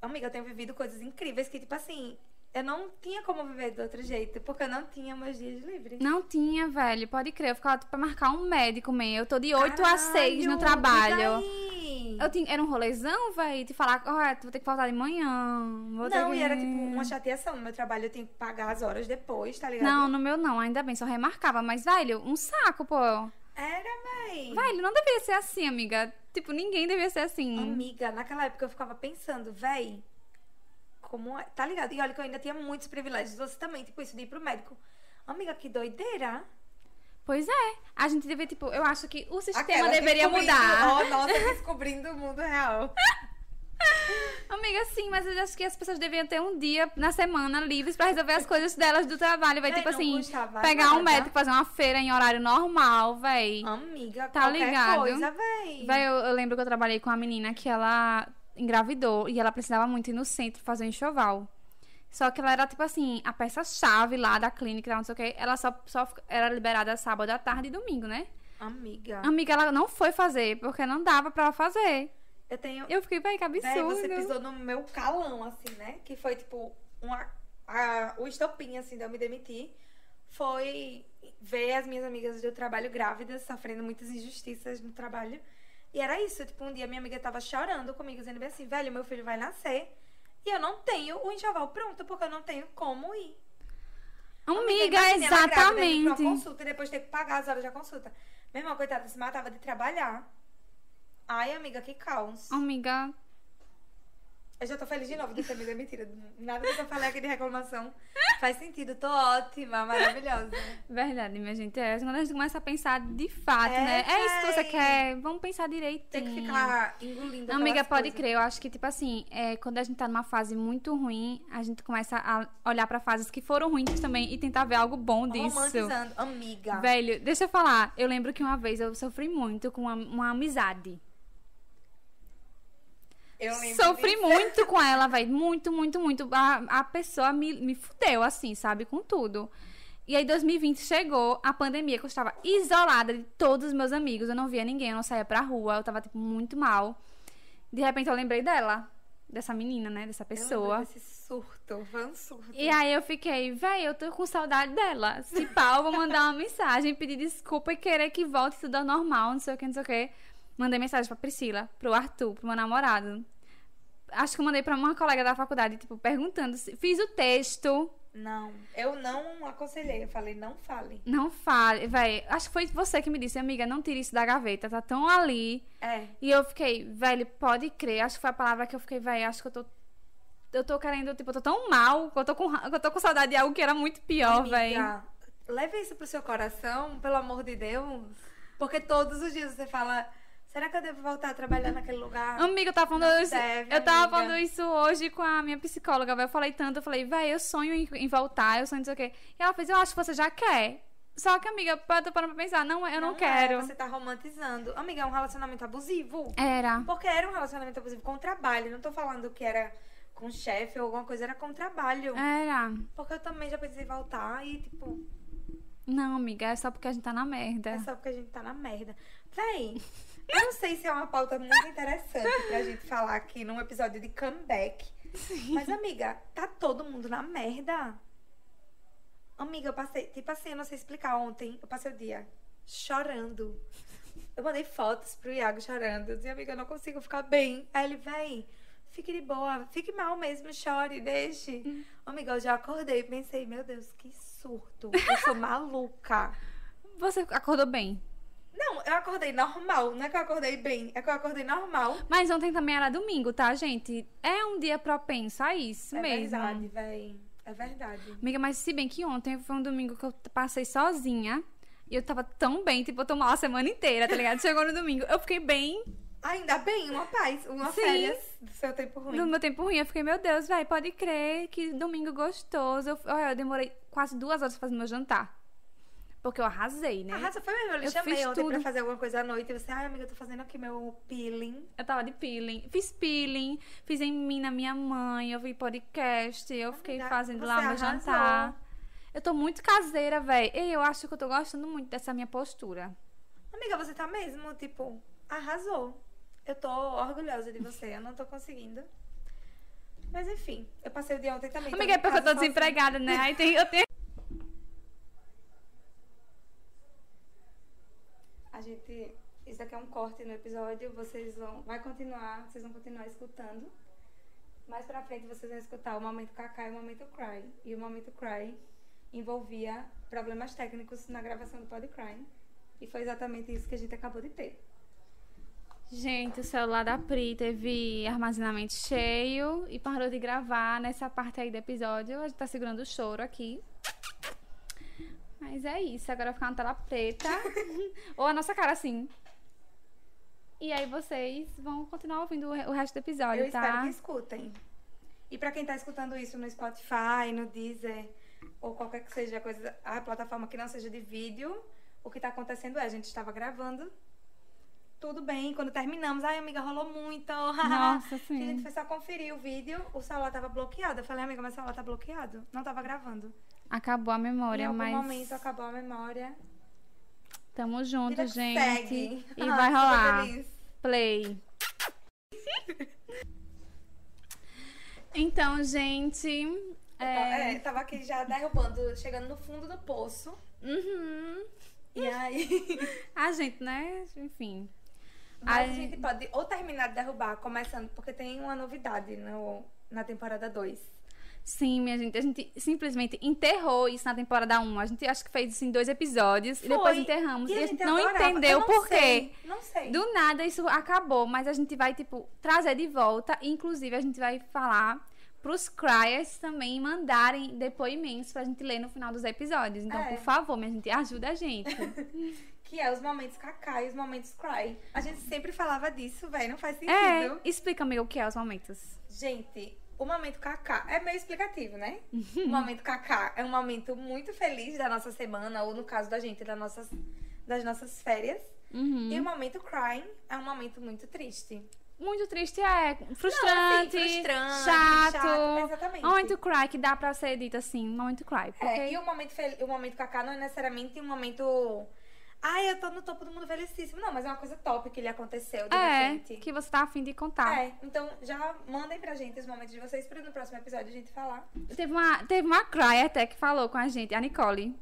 amiga, eu tenho vivido coisas incríveis que, tipo assim, eu não tinha como viver de outro jeito, porque eu não tinha meus dias livres.
Não tinha, velho, pode crer. Eu ficava tipo, pra marcar um médico, man. Eu tô de 8 a 6 no
Caralho,
trabalho.
e daí? Sim.
Eu tinha, era um rolezão, véi, te falar, ó, vou ter que faltar de manhã. vou ter
Não,
que-
e era tipo uma chateação. No meu trabalho eu tenho que pagar as horas depois, tá ligado?
Não, no meu não, ainda bem, só remarcava. Mas, velho, um saco, pô.
Era, véi.
Velho, não deveria ser assim, amiga. Tipo, ninguém deveria ser assim.
Amiga, naquela época eu ficava pensando, véi, como é? Tá ligado? E olha que eu ainda tinha muitos privilégios. Você também, tipo, isso de ir pro médico. Amiga, que doideira.
Pois é. A gente deveria, tipo, eu acho que o sistema
Aquela
deveria
descobrindo-
mudar.
Oh, nossa, descobrindo o mundo real.
Amiga, sim, mas eu acho que as pessoas deveriam ter um dia na semana livres pra resolver as coisas delas do trabalho, véi.
Véi,
Tipo
É, não
assim,
custava
pegar um
nada.
médico, fazer uma feira em horário normal, véi.
Amiga,
Tá
qualquer
ligado?
coisa, véi.
Véi, eu, eu lembro que eu trabalhei com uma menina que ela engravidou e ela precisava muito ir no centro fazer um enxoval. Só que ela era, tipo assim, a peça-chave lá da clínica, não sei o que. Ela só, só fica- era liberada sábado à tarde e domingo, né?
Amiga,
Amiga, ela não foi fazer, porque não dava pra ela fazer.
eu tenho...
Eu fiquei, véi, que
Véi,
absurdo.
Né, você pisou no meu calão, assim, né? Que foi, tipo, uma, a- o estopim, assim, de eu me demitir. Foi ver as minhas amigas do trabalho grávidas, sofrendo muitas injustiças no trabalho. E era isso, tipo, um dia minha amiga tava chorando comigo, dizendo bem assim, velho, meu filho vai nascer e eu não tenho o enxoval pronto, porque eu não tenho como ir.
Amiga,
imagina ela grávida, indo pra
exatamente.
uma consulta e depois ter que pagar as horas da consulta. Meu irmão, coitada, se matava de trabalhar. Ai, amiga, que caos.
Amiga,
Eu já tô feliz de novo dessa amiga é mentira. Nada que eu falei aqui de reclamação faz sentido. Tô ótima, maravilhosa.
verdade, minha gente. É, quando a gente começa a pensar de fato,
É,
né? É isso que você
véi.
quer. Vamos pensar direitinho.
Tem que ficar engolindo
Não, amiga,
aquelas
pode
coisas.
crer. Eu acho que, tipo assim, é, quando a gente tá numa fase muito ruim, a gente começa a olhar pra fases que foram ruins também e tentar ver algo bom disso.
Romantizando. Amiga.
Velho, deixa eu falar. Eu lembro que uma vez eu sofri muito com uma, uma amizade.
Eu lembro
Sofri
disso. *laughs*
muito com ela, velho. Muito, muito, muito. A, a pessoa me, me fudeu, assim, sabe? Com tudo. E aí, 2020 chegou, a pandemia, que eu estava isolada de todos os meus amigos. Eu não via ninguém, eu não saía pra rua, eu tava, tipo, muito mal. De repente, eu lembrei dela. Dessa menina, né? Dessa
Eu lembro
pessoa.
Desse surto. Foi um surto.
E aí eu fiquei, véi, eu tô com saudade dela. Se pau, vou mandar uma mensagem, pedir desculpa e querer que volte tudo ao normal, não sei o que, não sei o que. Mandei mensagem pra Priscila, pro Arthur, pro meu namorado. Acho que eu mandei pra uma colega da faculdade, tipo, perguntando. se- Fiz o texto,
Não. Eu não aconselhei. Eu falei, não fale.
não fale, véi. Acho que foi você que me disse, amiga, não tire isso da gaveta, tá tão ali.
É.
E eu fiquei, velho, pode crer. Acho que foi a palavra que eu fiquei, velho, acho que eu tô. Eu tô querendo, tipo, eu tô tão mal, que eu tô com, ra- que eu tô com saudade de algo que era muito pior, velho.
Amiga, leve isso pro seu coração, pelo amor de Deus. Porque todos os dias você fala, será que eu devo voltar a trabalhar naquele lugar?
Amiga, eu tava falando
Não
isso.
deve,
eu tava
amiga.
falando isso hoje com a minha psicóloga, velho. Eu falei tanto, eu falei, velho, eu sonho em, em voltar, eu sonho em não sei o quê. E ela fez, eu acho que você já quer. Só que, amiga, eu tô parando pra pensar, não, eu não,
é,
quero.
você tá romantizando. Amiga, é um relacionamento abusivo.
Era.
Porque era um relacionamento abusivo com trabalho. Não tô falando que era com chefe ou alguma coisa, era com
É.
trabalho.
Era.
Porque eu também já pensei em voltar e, tipo,
Não, amiga, é só porque a gente tá na merda.
é só porque a gente tá na merda. Véi, eu não sei se é uma pauta muito interessante pra gente falar aqui num episódio de comeback. Mas, amiga, tá todo mundo na merda. Amiga, eu passei, tipo assim, eu não sei explicar ontem, eu passei o dia chorando. Eu mandei fotos pro Iago chorando. Eu dizia, amiga, eu não consigo ficar bem. Aí ele, vem, fique de boa, fique mal mesmo, chore, deixe. Amiga, eu já acordei e pensei, meu Deus, que surto. Eu sou maluca.
Você acordou bem.
Não, eu acordei normal. Não é que eu acordei bem, é que eu acordei normal.
Mas ontem também era domingo, tá, gente? É um dia propenso a isso
é
mesmo.
verdade, véi. É verdade.
Amiga, mas se bem que ontem foi um domingo que eu t- passei sozinha. E eu tava tão bem, tipo, eu tô mal a semana inteira, tá ligado? Chegou no domingo, eu fiquei bem
Ainda bem, uma paz, uma
Sim.
férias do seu tempo ruim. né?
no meu tempo ruim. Eu fiquei, meu Deus, velho, pode crer que domingo gostoso. Eu, olha, eu demorei quase duas horas pra fazer meu jantar. Porque eu arrasei, né?
Arrasa, Ah, foi mesmo. Eu lhe
Eu
chamei
fiz
ontem pra
tudo.
fazer alguma coisa à noite. E você, ai, amiga, eu tô fazendo aqui meu peeling.
Eu tava de peeling. Fiz peeling, fiz em mim, na minha mãe, eu vi podcast, eu fiquei
Amiga,
fazendo
você
lá meu
arrasou.
jantar. Eu tô muito caseira, velho. E eu acho que eu tô gostando muito dessa minha postura.
Amiga, você tá mesmo, tipo, arrasou. Eu tô orgulhosa de você, eu não tô conseguindo. Mas enfim, eu passei o dia ontem também.
Amiga,
tava
é
em
porque eu tô
casa sozinha.
desempregada, né? Aí tem, eu tenho.
A gente Isso aqui é um corte no episódio, vocês vão. Vai continuar, vocês vão continuar escutando. Mais pra frente vocês vão escutar o momento Kaká e o momento Cry. E o momento Cry envolvia problemas técnicos na gravação do Pod Cry. E foi exatamente isso que a gente acabou de ter.
Gente, o celular da Pri teve armazenamento cheio e parou de gravar nessa parte aí do episódio. A gente tá segurando o choro aqui. Mas é isso, agora vai ficar na
*laughs*
tela preta. Ou a nossa cara assim. E aí vocês vão continuar ouvindo o re- o resto do episódio,
Eu espero
tá?
*laughs* que escutem. E pra quem tá escutando isso no Spotify, no Deezer, ou qualquer que seja a coisa, a plataforma que não seja de vídeo, o que tá acontecendo é, a gente estava gravando, tudo bem, quando terminamos, ai amiga, rolou muito, *laughs*
*laughs* Nossa,
E A gente
sim.
foi só conferir o vídeo, o celular tava bloqueado. Eu falei, amiga, mas o celular tá bloqueado. Não tava gravando.
Acabou a
em
memória,
algum
mas
momento acabou a memória.
tamo junto,
Vida que
gente.
segue. *laughs*
E vai
Tô
rolar.
feliz.
Play. Então, gente.
Eu tava- é, tava aqui já derrubando, chegando no fundo do poço.
Uhum.
E aí.
A gente, né? Enfim.
Mas
Ai.
a gente pode ou terminar de derrubar, começando, porque tem uma novidade no, na temporada 2.
Sim, minha gente. A gente simplesmente enterrou isso na temporada 1. A gente acho que fez isso em dois episódios e depois enterramos. E, a gente não
adorava.
entendeu
Eu não
por quê.
sei, Não sei.
Do nada isso acabou, mas a gente vai, tipo, trazer de volta. Inclusive, a gente vai falar pros Cryers também mandarem depoimentos pra gente ler no final dos episódios. Então,
É.
por favor, minha gente, ajuda a gente.
*laughs* Que é os momentos cacá e os momentos cry. A gente sempre falava disso, velho. Não faz sentido.
é, explica, amiga, o que é os momentos.
Gente, o momento Kaká é meio explicativo, né?
Uhum.
o momento Kaká é um momento muito feliz da nossa semana, ou no caso da gente, das nossas, das nossas férias.
Uhum.
E o momento crying é um momento muito triste.
Muito triste é,
Não, assim,
frustrante,
frustrante,
chato.
Exatamente.
Momento cry que dá pra ser dito assim, momento cry. Porque...
É, e o momento, fel- o momento Kaká não é necessariamente um momento. Ai, eu tô no topo do mundo felicíssimo. Não, mas é uma coisa top que lhe aconteceu de
É,
repente.
que você tá afim de contar.
É, então já mandem pra gente os momentos de vocês pra no próximo episódio a gente falar.
Teve uma, teve uma cry até que falou com a gente, a Nicole.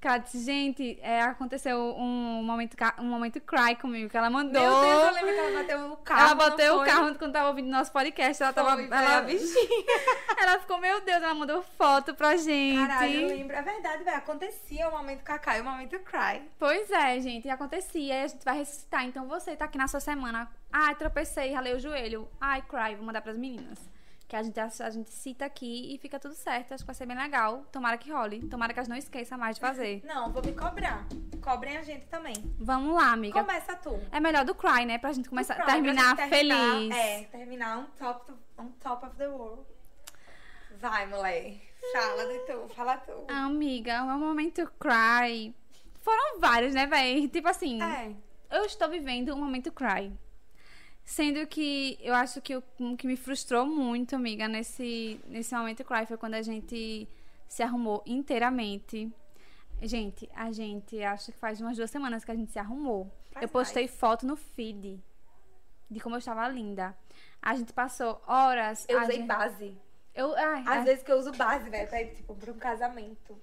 Que ela disse, gente, é, aconteceu um momento, ca- um momento cry comigo, que ela mandou.
Meu Deus, eu lembro que ela bateu o carro.
ela
não
bateu o
foi?
carro quando tava ouvindo nosso podcast. Ela tava.
Foi, foi
ela,
a bichinha.
ela ficou, meu Deus, ela mandou foto pra gente.
Caralho, eu lembro. É verdade, velho. Acontecia o momento Kaká e o momento Cry.
Pois é, gente, e acontecia e a gente vai ressuscitar. Então você tá aqui na sua semana. Ai, tropecei, ralei o joelho. Ai, cry, vou mandar pras meninas. Que a gente, a gente cita aqui e fica tudo certo. Acho que vai ser bem legal. Tomara que role. Tomara que elas não esqueçam mais de fazer.
Não, vou me cobrar. Cobrem a gente também.
Vamos lá, amiga.
Começa tu.
É melhor do cry, né? Pra gente começar
Pronto, pra
terminar
gente
feliz.
É, terminar on top, on top of the world. Vai, mulher. Fala de tu, fala tu.
Ah, Amiga, o meu momento cry. Foram vários, né, véi? Tipo assim.
É.
eu estou vivendo um momento cry. Sendo que eu acho que o o que me frustrou muito, amiga, nesse, nesse momento cry foi quando a gente se arrumou inteiramente. Gente, a gente acho que faz umas duas semanas que a gente se arrumou.
Faz
eu postei foto no feed de como eu estava linda. A gente passou horas.
Eu
a
usei
gente- É.
base.
eu, ai,
Às
a-
vezes que eu uso base, velho, pra ir, tipo, pra um casamento.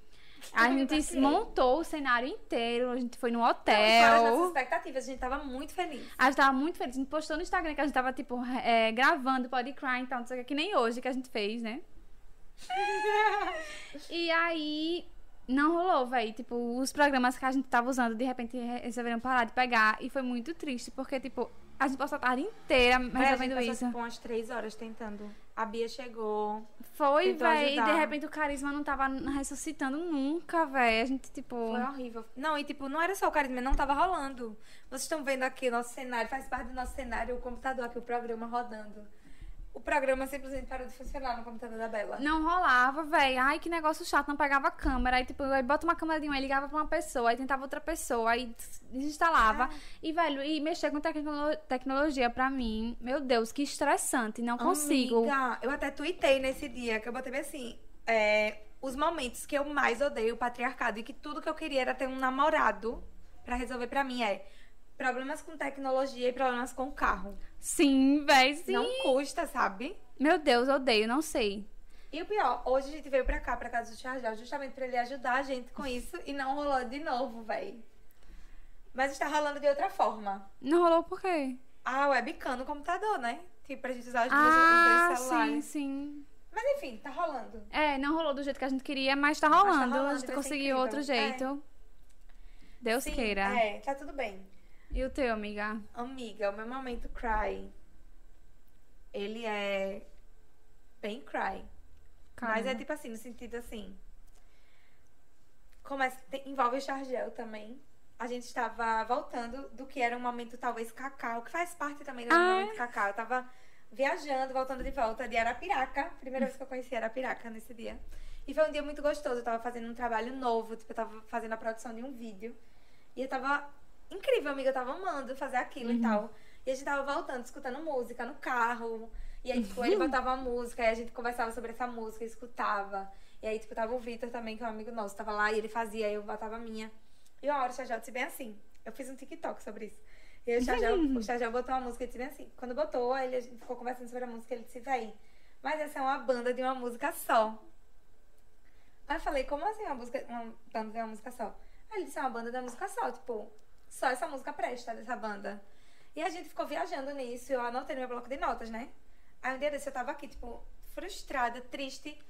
tá
a gente montou o cenário inteiro, a gente foi no
Então, Fora
hotel.
as nossas expectativas, a gente tava muito feliz.
A gente tava muito feliz. A gente postou no Instagram que a gente tava, tipo, é, gravando, pode cry, então, não sei o que, que nem hoje que a gente
*laughs*
fez, né? e aí, não rolou, véi. Tipo, os programas que a gente tava usando, de repente, re- resolveram parar de pegar. E foi muito triste, porque, tipo, a gente passou a tarde inteira resolvendo
é, a gente
isso.
Passou, tipo, umas três horas tentando. A Bia chegou.
Foi,
tentou
véi. E de
ajudar.
repente o carisma não tava ressuscitando nunca, véi. A gente, tipo.
Foi horrível. Não, e tipo, não era só o carisma, não tava rolando. Vocês estão vendo aqui o nosso cenário, faz parte do nosso cenário, o computador aqui, o programa rodando. O programa simplesmente parou de funcionar no computador da Bela.
Não rolava, velho. Ai, que negócio chato. Não pegava a câmera. Aí, tipo, aí bota uma câmera de um, aí ligava pra uma pessoa, aí tentava outra pessoa, aí des- desinstalava.
É.
E, velho, e mexer com tecno- tecnologia pra mim, meu Deus, que estressante. Não consigo.
Amiga, eu até tuitei nesse dia, que eu botei bem assim, é, os momentos que eu mais odeio o patriarcado e que tudo que eu queria era ter um namorado pra resolver pra mim é problemas com tecnologia e problemas com carro.
Sim, velho, sim.
Não custa, sabe?
Meu Deus, odeio, não sei.
E o pior, hoje a gente veio pra cá, pra
Uhum.
casa do Chargel, justamente pra ele ajudar a gente com isso e não rolou de novo, véi. Mas está rolando de outra forma.
Não rolou por quê?
A webcam no computador, né? Tipo, pra gente usar os, dois-
ah,
os dois
sim,
celulares.
sim.
Mas enfim, tá rolando.
É, não rolou do jeito que a gente queria, mas tá
tá
rolando.
rolando,
a
vai
gente
ser
conseguiu
incrível.
outro
É.
jeito. Deus
sim,
queira.
É, tá tudo bem.
E o teu, amiga?
Amiga, o meu momento cry. Ele é bem cry. Mas
Caramba.
é tipo assim, no sentido assim. Começa, tem, envolve o Chargel também. A gente estava voltando do que era um momento, talvez, cacau, que faz parte também do
Ah,
momento cacau. Eu tava viajando, voltando de volta de Arapiraca. Primeira vez que eu conheci Arapiraca nesse dia. E foi um dia muito gostoso. Eu tava fazendo um trabalho novo, tipo, eu tava fazendo a produção de um vídeo. E eu tava incrível, amiga. Eu tava amando fazer aquilo
Uhum.
e tal. E a gente tava voltando, escutando música no carro. E aí, tipo, ele botava a música, e a gente conversava sobre essa música, escutava. E aí, tipo, tava o Vitor também, que é um amigo nosso, tava lá e ele fazia, e eu botava a minha. E uma hora o Chajel disse bem assim. Eu fiz um TikTok sobre isso. E aí o Chajel, o Chajel botou uma música e disse bem assim. Quando botou, aí ele- a gente ficou conversando sobre a música, ele disse, véi, mas essa é uma banda de uma música só. Aí eu falei, como assim uma, música, uma banda de uma música só? Aí ele disse, é uma banda da música só, tipo, só essa música presta dessa banda. E a gente ficou viajando nisso, eu anotei no meu bloco de notas, né? Aí um dia desse eu tava aqui, tipo, frustrada, triste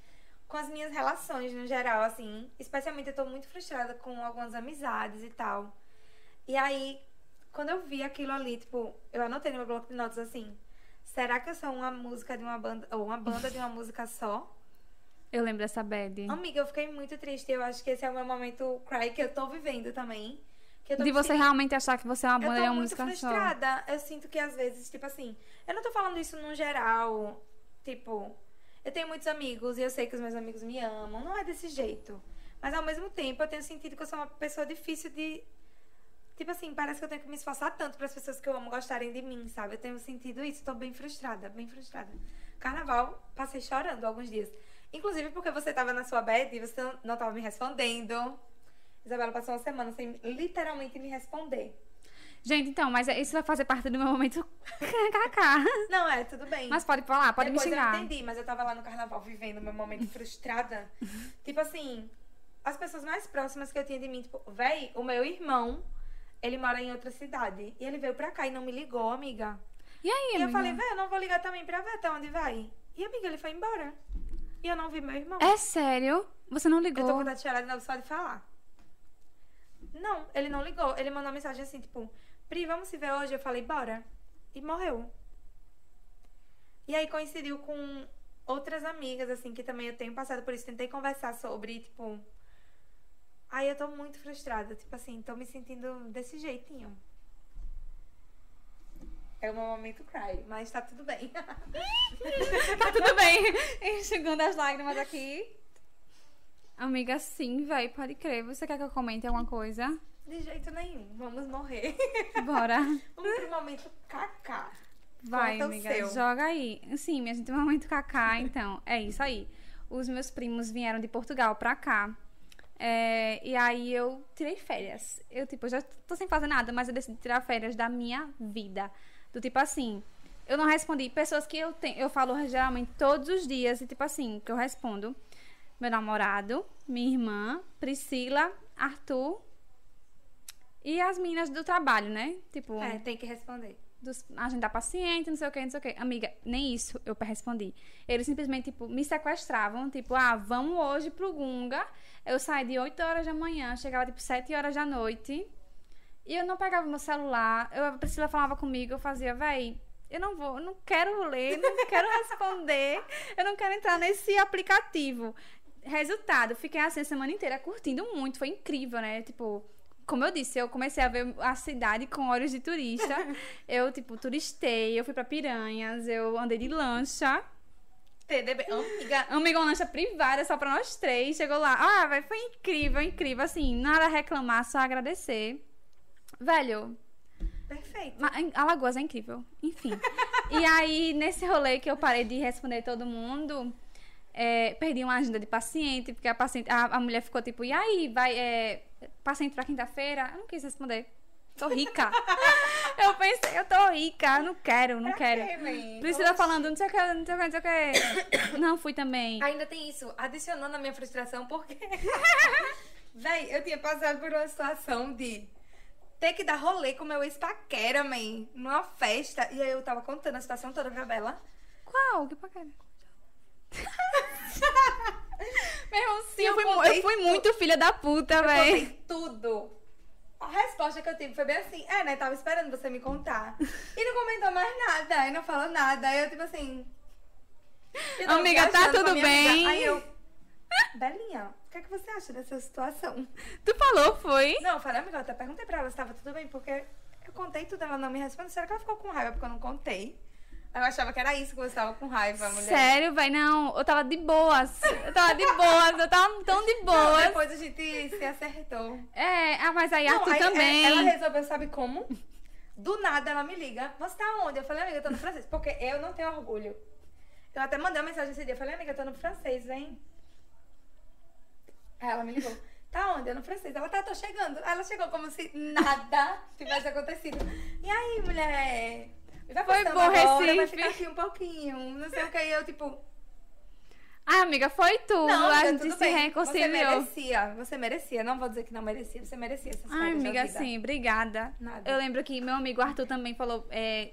com as minhas relações no geral, assim. Especialmente eu tô muito frustrada com algumas amizades e tal. E aí, quando eu vi aquilo ali, tipo, eu anotei no meu bloco de notas assim. Será que eu sou uma música de uma banda. Ou uma banda de uma música só?
Eu lembro dessa bad.
Amiga, eu fiquei muito triste. Eu acho que esse é o meu momento cry que eu tô vivendo também. Que eu tô
De
me
você
sentindo-
realmente achar que você é uma
eu
banda
tô
e uma
muito
música só.
frustrada. Eu sinto que às vezes, tipo assim, eu não tô falando isso num geral. Tipo, eu tenho muitos amigos e eu sei que os meus amigos me amam. Não é desse jeito. Mas ao mesmo tempo, eu tenho sentido que eu sou uma pessoa difícil de. Tipo assim, parece que eu tenho que me esforçar tanto para as pessoas que eu amo gostarem de mim, sabe? Eu tenho sentido isso. Tô bem frustrada, bem frustrada. Carnaval, passei chorando alguns dias. Inclusive porque você tava na sua bed e você não tava me respondendo. Isabela passou uma semana sem literalmente me responder.
Gente, então, mas isso vai fazer parte do meu momento KKK.
Não, é, tudo bem.
Mas pode falar, pode
Depois
me xingar.
eu entendi, mas eu tava lá no carnaval vivendo meu momento frustrada. tipo assim, as pessoas mais próximas que eu tinha de mim, tipo, véi, o meu irmão, ele mora em outra cidade. E ele veio pra cá e não me ligou, amiga.
E aí,
E
amiga?
eu falei, véi, eu não vou ligar também pra ver até onde vai. E amiga, ele foi embora. E eu não vi meu irmão.
É sério? Você não ligou?
Eu tô com vontade de chorar de novo só de falar. Não, ele não ligou. Ele mandou uma mensagem assim, tipo, Pri, vamos se ver hoje? Eu falei, bora. E morreu. E aí coincidiu com outras amigas, assim, que também eu tenho passado por isso. Tentei conversar sobre, tipo. Aí eu tô muito frustrada. Tipo assim, tô me sentindo desse jeitinho. É o meu momento cry, mas tá tudo bem. *laughs*
Tá tudo bem. Enxugando as lágrimas aqui. Amiga, sim, véi, pode crer. Você quer que eu comente alguma coisa?
De jeito nenhum. Vamos morrer.
Bora.
Vamos pro momento cacá.
Vai,
Conta o
amiga,
seu.
joga aí. Sim, minha gente,
*laughs*
momento cacá, então. É isso aí. Os meus primos vieram de Portugal pra cá. É, e aí eu tirei férias. Eu, tipo, já tô sem fazer nada, mas eu decidi tirar férias da minha vida. Do tipo assim, eu não respondi. Pessoas que eu tenho, eu falo geralmente todos os dias, e tipo assim, que eu respondo. Meu namorado, minha irmã, Priscila, Arthur. E as meninas do trabalho, né? Tipo,
É, tem que responder.
dos, "Ah, agendar tá paciente, não sei o que, não sei o que. Amiga, nem isso eu respondi. Eles simplesmente, tipo, me sequestravam, tipo, ah, vamos hoje pro Gunga. Eu saí de 8 horas da manhã, chegava, tipo, 7 horas da noite. E eu não pegava meu celular. Eu, a Priscila falava comigo, eu fazia, véi, eu não vou, eu não quero ler, não quero responder, eu não quero entrar nesse aplicativo. Resultado, fiquei assim a semana inteira curtindo muito, foi incrível, né? Tipo, como eu disse, eu comecei a ver a cidade com olhos de turista. Eu, tipo, turistei, eu fui pra Piranhas, eu andei de lancha.
TDB. Amiga,
Amiga, uma lancha privada só pra nós três. Chegou lá. Ah, véi, foi incrível, incrível. Assim, nada a reclamar, só agradecer. Velho,
perfeito.
Ma- em- Alagoas é incrível. Enfim. e aí, nesse rolê que eu parei de responder todo mundo, é, perdi uma agenda de paciente, porque a, paciente, a, a mulher ficou tipo, e aí, vai, é, paciente pra quinta-feira? Eu não quis responder. Tô rica. eu pensei, eu tô rica, não quero, não
Pra
quero.
quê, véi?
Priscila
Oxi.
falando, não sei o que, não sei o que, não sei o que. não, fui também.
Ainda tem isso, adicionando a minha *laughs* frustração, porque. Véi, eu tinha passado por uma situação de ter que dar rolê com meu ex-paquera, man, numa festa. E aí eu tava contando a situação toda pra Bela.
Qual? Que paquera? Meu irmão, sim,
E
eu
eu
fui, mu-
contei
eu fui
tu-
muito filha da puta,
Eu
véi.
contei tudo. A resposta que eu tive foi bem assim, é, né? Tava esperando você me contar. E não comentou mais nada, e não falou nada. Aí eu, tipo assim. eu tava
Amiga, tá
viajando com a
tudo
minha
bem?
Aí eu. Belinha, o que, é que você acha dessa situação?
Tu falou, foi?
Não, eu falei, amiga, eu até perguntei pra ela se tava tudo bem, porque eu contei tudo, ela não me respondeu. Será que ela ficou com raiva porque eu não contei? Aí eu achava que era isso que você tava com raiva, mulher.
Sério, véi, não. Eu tava de boas. Eu tava de boas, eu tava tão de
Não,
boas.
Depois a gente se acertou.
É, ah, mas aí
Não,
Arthur
aí, é,
também.
Ela resolveu, sabe como? Do nada ela me liga. Você tá onde? Eu falei, amiga, eu tô no francês. Porque eu não tenho orgulho. Eu até mandei uma mensagem esse dia. Eu falei, amiga, eu tô no francês, vem. Aí ela me ligou. Tá onde? Eu no francês. Ela tá, tô chegando. Aí ela chegou como se nada *laughs* tivesse acontecido. E aí, mulher? Vai
Foi
passando
bom,
agora, Vai
Recife.
ficar aqui um pouquinho. Não sei o que. E eu, tipo...
Ai, Ah, amiga, foi tu.
Não,
a
amiga,
gente
tudo
se
bem. Você
reconciliou.
merecia. Você merecia. Não vou dizer que não merecia. Você merecia essas
Ai,
férias da
amiga,
vida.
sim, obrigada.
Nada.
Eu lembro que meu amigo Arthur também falou. é,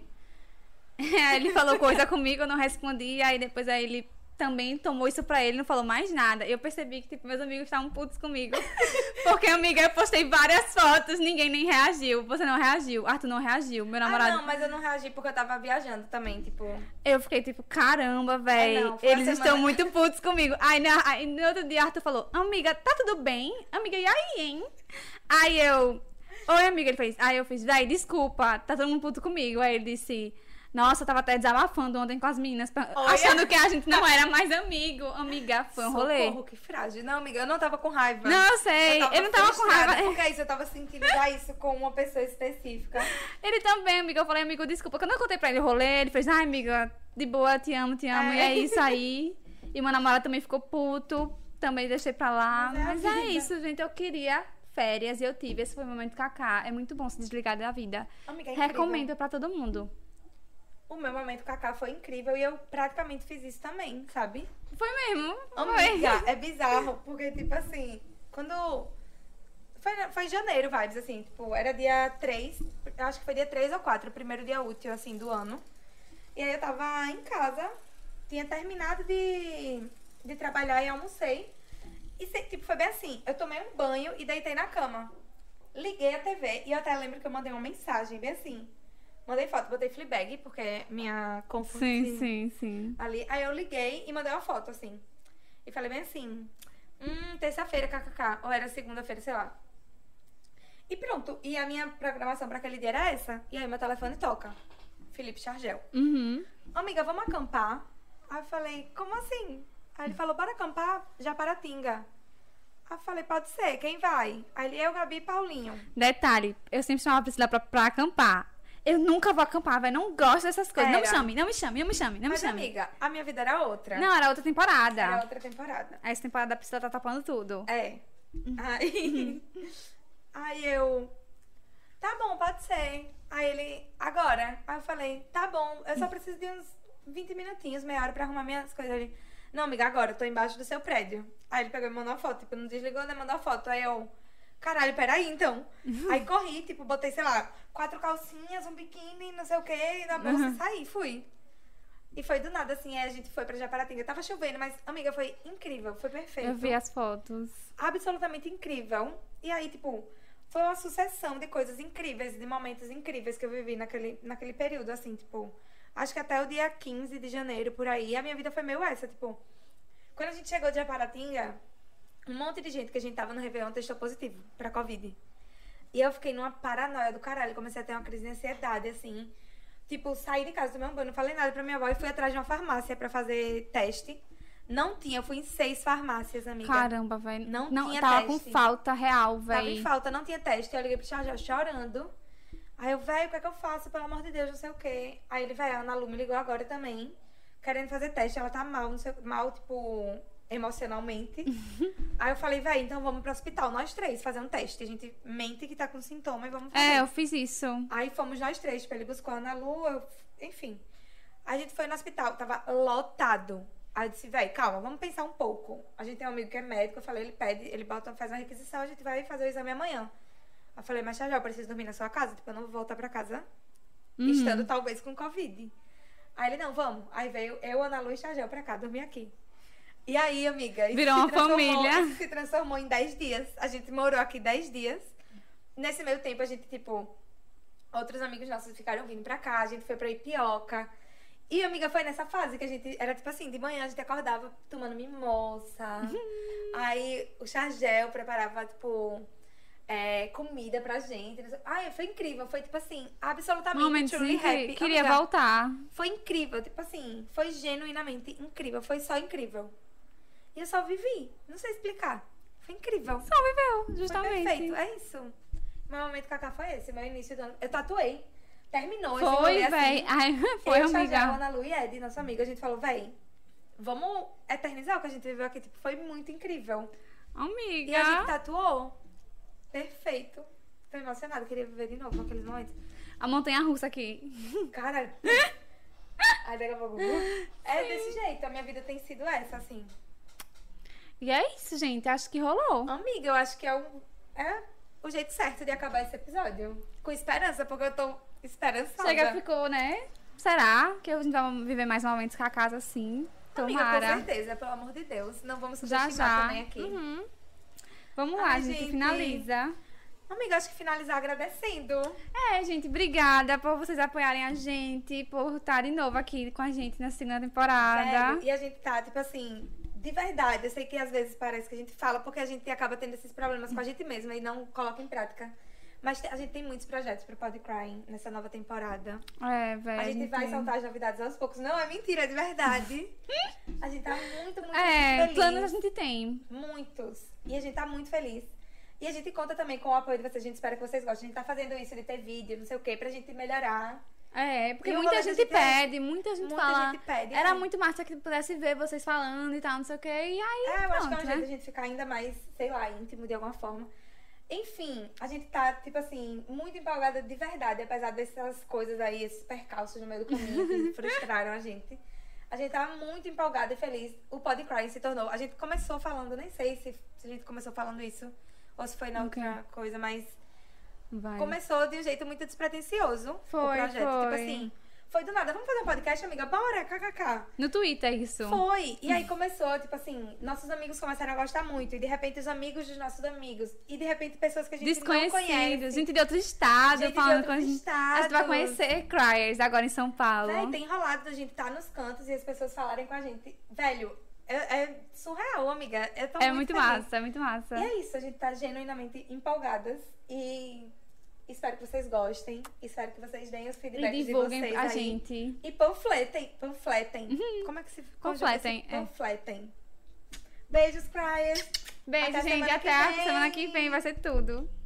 *laughs* ele falou coisa comigo, eu não respondi. Aí depois aí ele também tomou isso pra ele, não falou mais nada. Eu percebi que tipo, meus amigos estavam putos
*laughs*
comigo. Porque, amiga, eu postei várias fotos, ninguém nem reagiu. Você não reagiu, Arthur não reagiu, meu namorado.
Ah, não, mas eu não reagi porque eu tava viajando também, tipo.
Eu fiquei tipo, caramba, véi.
É, não, foi a
eles estão
semana- *laughs*
muito putos comigo. Aí, na- aí no outro dia, Arthur falou: Amiga, tá tudo bem? Amiga, e aí, hein? Aí eu. Oi, amiga, ele fez. Aí eu fiz: Véi, desculpa, tá todo mundo puto comigo. Aí ele disse: Nossa, eu tava até desabafando ontem com as meninas, pra-
Olha.
achando que a gente não era mais amigo. Amiga, foi um rolê.
Socorro, que frágil. Não, amiga, eu não tava com raiva.
Não, eu sei.
Eu tava
ele não tava com
frustrada,
raiva.
Porque é isso, eu tava sentindo já isso com uma pessoa específica.
Ele também, amiga. Eu falei, amigo, desculpa. Quando eu contei pra ele o rolê, ele fez, ai, amiga, de boa, te amo, te amo.
É.
E
*laughs*
é isso aí. E meu namorado também ficou puto. Também deixei pra lá. Mas,
Mas é a
é,
vida.
isso, gente. Eu queria férias e eu tive. Esse foi o momento Kaká. É muito bom se desligar da vida.
Amiga, é incrível.
Recomendo pra todo mundo.
O meu momento com a Cacá foi incrível e eu praticamente fiz isso também, sabe?
Foi mesmo?
Amiga,
Foi.
é bizarro, porque, tipo assim, quando. Foi, foi em janeiro, vibes, assim, tipo, era dia 3, acho que foi dia 3 ou 4, o primeiro dia útil, assim, do ano. E aí eu tava em casa, tinha terminado de, de trabalhar e almocei. E, se- tipo, foi bem assim, eu tomei um banho e deitei na cama. Liguei a TV e eu até lembro que eu mandei uma mensagem, bem assim. Mandei foto, botei Fleabag, porque minha
*laughs* Sim, sim, sim.
ali. Aí eu liguei e mandei uma foto, assim. E falei bem assim, hum, terça-feira, kkk. Ou era segunda-feira, sei lá. E pronto. E a minha programação pra aquele dia era essa. E aí meu telefone toca. Felipe Chargel.
Uhum.
Amiga, vamos acampar? Aí eu falei, como assim? Aí ele falou, bora acampar? Japaratinga. Aí eu falei, pode ser, quem vai? Aí ele, eu, Gabi e Paulinho.
Detalhe, eu sempre chamava a Priscila pra, pra acampar. Eu nunca vou acampar, velho. Não gosto dessas coisas. Não me
Era.
chame, não me chame, não me chame, não
Mas,
me chame.
amiga, a minha vida era outra.
Não, tá. era outra temporada.
Era outra temporada.
Essa temporada da Priscila tá tapando tudo.
É.
*laughs*
Aí. aí eu. Tá bom, pode ser. Aí ele. Agora? Aí eu falei, tá bom, eu só preciso de uns 20 minutinhos, meia hora pra arrumar minhas coisas. Ele. Não, amiga, agora, eu tô embaixo do seu prédio. Aí ele pegou e me mandou uma foto. Tipo, não desligou, né? Mandou a foto. Aí eu. Caralho, peraí,
*laughs*
então. Aí corri, tipo, botei, sei lá, quatro calcinhas, um biquíni, não sei o quê, e na bolsa
Uhum.
e saí, fui. E foi do nada, assim, aí a gente foi pra Japaratinga. Tava chovendo, mas, amiga, foi incrível, foi perfeito
Eu vi as fotos.
absolutamente incrível. E aí, tipo, foi uma sucessão de coisas incríveis, de momentos incríveis que eu vivi naquele, naquele período, assim, tipo. Acho que até o dia 15 de janeiro, por aí, a minha vida foi meio essa, tipo. Quando a gente chegou de Japaratinga, um monte de gente que a gente tava no Réveillon testou positivo pra Covid. E eu fiquei numa paranoia do caralho, comecei a ter uma crise de ansiedade, assim. Tipo, saí de casa do meu banho, não falei nada pra minha avó e fui atrás de uma farmácia pra fazer teste. Não tinha, eu fui em seis farmácias, amiga.
Caramba, velho.
Não tinha
tava
teste.
com falta real,
Tava em
velho.
falta, não tinha teste. Eu liguei pro Chargel chorando. Aí eu, velho, o que é que eu faço? Pelo amor de Deus, não sei o quê. Aí ele, velho, a Ana Lu me ligou agora também, querendo fazer teste. Ela tá mal, não sei, mal, tipo, emocionalmente. Aí eu falei, velho, então vamos pro hospital, nós três, fazer um teste. A gente mente que tá com sintoma e vamos fazer.
É, eu fiz isso.
Aí fomos nós três, tipo, ele buscou a Ana Lu, eu- enfim. A gente foi no hospital, tava lotado. Aí eu disse, véi, calma, vamos pensar um pouco. A gente tem um amigo que é médico, eu falei, ele pede, ele bota, faz uma requisição, a gente vai fazer o exame amanhã. Eu falei, mas Chajá, eu preciso dormir na sua casa, tipo, eu não vou voltar pra casa
Uhum.
estando talvez com Covid. Aí ele, não, vamos. Aí veio eu, Ana Lu e Chajel pra cá, dormir aqui. E aí, amiga? isso
Virou
se
uma
transformou-
família.
isso se transformou em 10 dias. A gente morou aqui 10 dias. Nesse meio tempo, a gente, tipo, outros amigos nossos ficaram vindo pra cá, a gente foi pra Ipioca. E, amiga, foi nessa fase que a gente era tipo assim: de manhã a gente acordava tomando mimosa.
Uhum.
aí o Chargel preparava, tipo, é, comida pra gente. Ai, foi incrível. Foi, tipo assim, absolutamente
Momentos
truly
incríveis.
happy.
Queria
Amiga,
voltar.
Foi incrível, tipo assim, foi genuinamente incrível. Foi só incrível. E eu só vivi. Não sei explicar. Foi incrível.
Só viveu,
Foi
justamente.
perfeito, é isso. Meu momento cacá foi esse, meu início do ano. Eu tatuei. Terminou esse
Foi,
rolê,
véi.
assim.
*laughs* Ai, foi,
eu,
amiga.
Chajel, Ana Lu e Ed, nossa amiga, a gente falou, véi, vamos eternizar o que a gente viveu aqui. Tipo, foi muito incrível.
Amiga.
E a gente tá tatuou. Perfeito. Tô emocionada, queria viver de novo naqueles momentos.
A montanha russa aqui.
Caralho. *laughs* Aí daqui a pouco. É desse jeito, a minha vida tem sido essa, assim.
E é isso, gente. Acho que rolou.
Amiga, eu acho que é o, é o jeito certo de acabar esse episódio. Com esperança, porque eu tô esperançosa.
Chega, ficou, né? Será que a gente vai viver mais momentos com a casa assim?
Amiga, com
Tomara.
certeza, pelo amor de Deus. Não vamos
Já,
subestimar
já.
também aqui.
Uhum. Vamos lá,
Ai,
gente,
gente.
Finaliza.
Amiga, acho que finalizar agradecendo.
É, gente, obrigada por vocês apoiarem a gente, por estar de novo aqui com a gente na segunda temporada.
Sério, E a gente tá, tipo assim, de verdade. Eu sei que às vezes parece que a gente fala porque a gente acaba tendo esses problemas com a gente mesma e não coloca em prática. Mas te- a gente tem muitos projetos pro Pod Crying nessa nova temporada.
É, velho.
A gente vai soltar as novidades aos poucos. Não é mentira, é de verdade. a gente tá muito, muito,
É,
muito feliz.
planos a gente tem.
Muitos. E a gente tá muito feliz. E a gente conta também com o apoio de vocês. A gente espera que vocês gostem. A gente tá fazendo isso de ter vídeo, não sei o quê, pra gente melhorar.
É, porque
E o
muita
rolê da
gente
gente é-
pede, muita gente
Muita
fala.
gente pede.
Era
muito
muito massa que pudesse ver vocês falando e tal, não sei o quê. E aí,
É, eu acho que é um
pronto,
jeito
né?
da gente ficar ainda mais, sei lá, íntimo de alguma forma. Enfim, a gente tá, tipo assim, muito empolgada de verdade, apesar dessas coisas aí, esses percalços no meio do caminho que
*laughs*
frustraram a gente. A gente tá muito empolgada e feliz. O Pod Crying se tornou. A gente começou falando, nem sei se, se a gente começou falando isso ou se foi na
Ok.
outra coisa, mas
Vai.
começou de um jeito muito despretensioso o
Foi,
projeto. Tipo
foi.
assim, foi do nada, vamos fazer um podcast, amiga? Bora, kkk.
No Twitter, é isso.
Foi. E aí começou, tipo assim, nossos amigos começaram a gostar muito. E de repente os amigos dos nossos amigos. E de repente pessoas que a gente não conhece.
Desconhecidos, gente de outro estado
Gente de
falando
outros
com a gente. A gente vai
estados.
conhecer Cryers agora em São Paulo.
Véi, tem rolado da gente estar nos cantos e as pessoas falarem com a gente. Velho, é, é surreal, amiga. Eu tô
é muito
feliz.
massa, é muito massa.
E é isso, a gente tá genuinamente empolgadas. E espero que vocês gostem. Espero que vocês deem os
E
feedbacks de vocês
divulguem a
aí.
gente.
E panfletem. Panfletem. Como é que se conjuga esse
Uhum. Panfletem, é.
Panfletem. Beijos, Cryers.
Beijo,
Até
gente.
semana que
Até a
vem.
semana que vem. Vai ser tudo.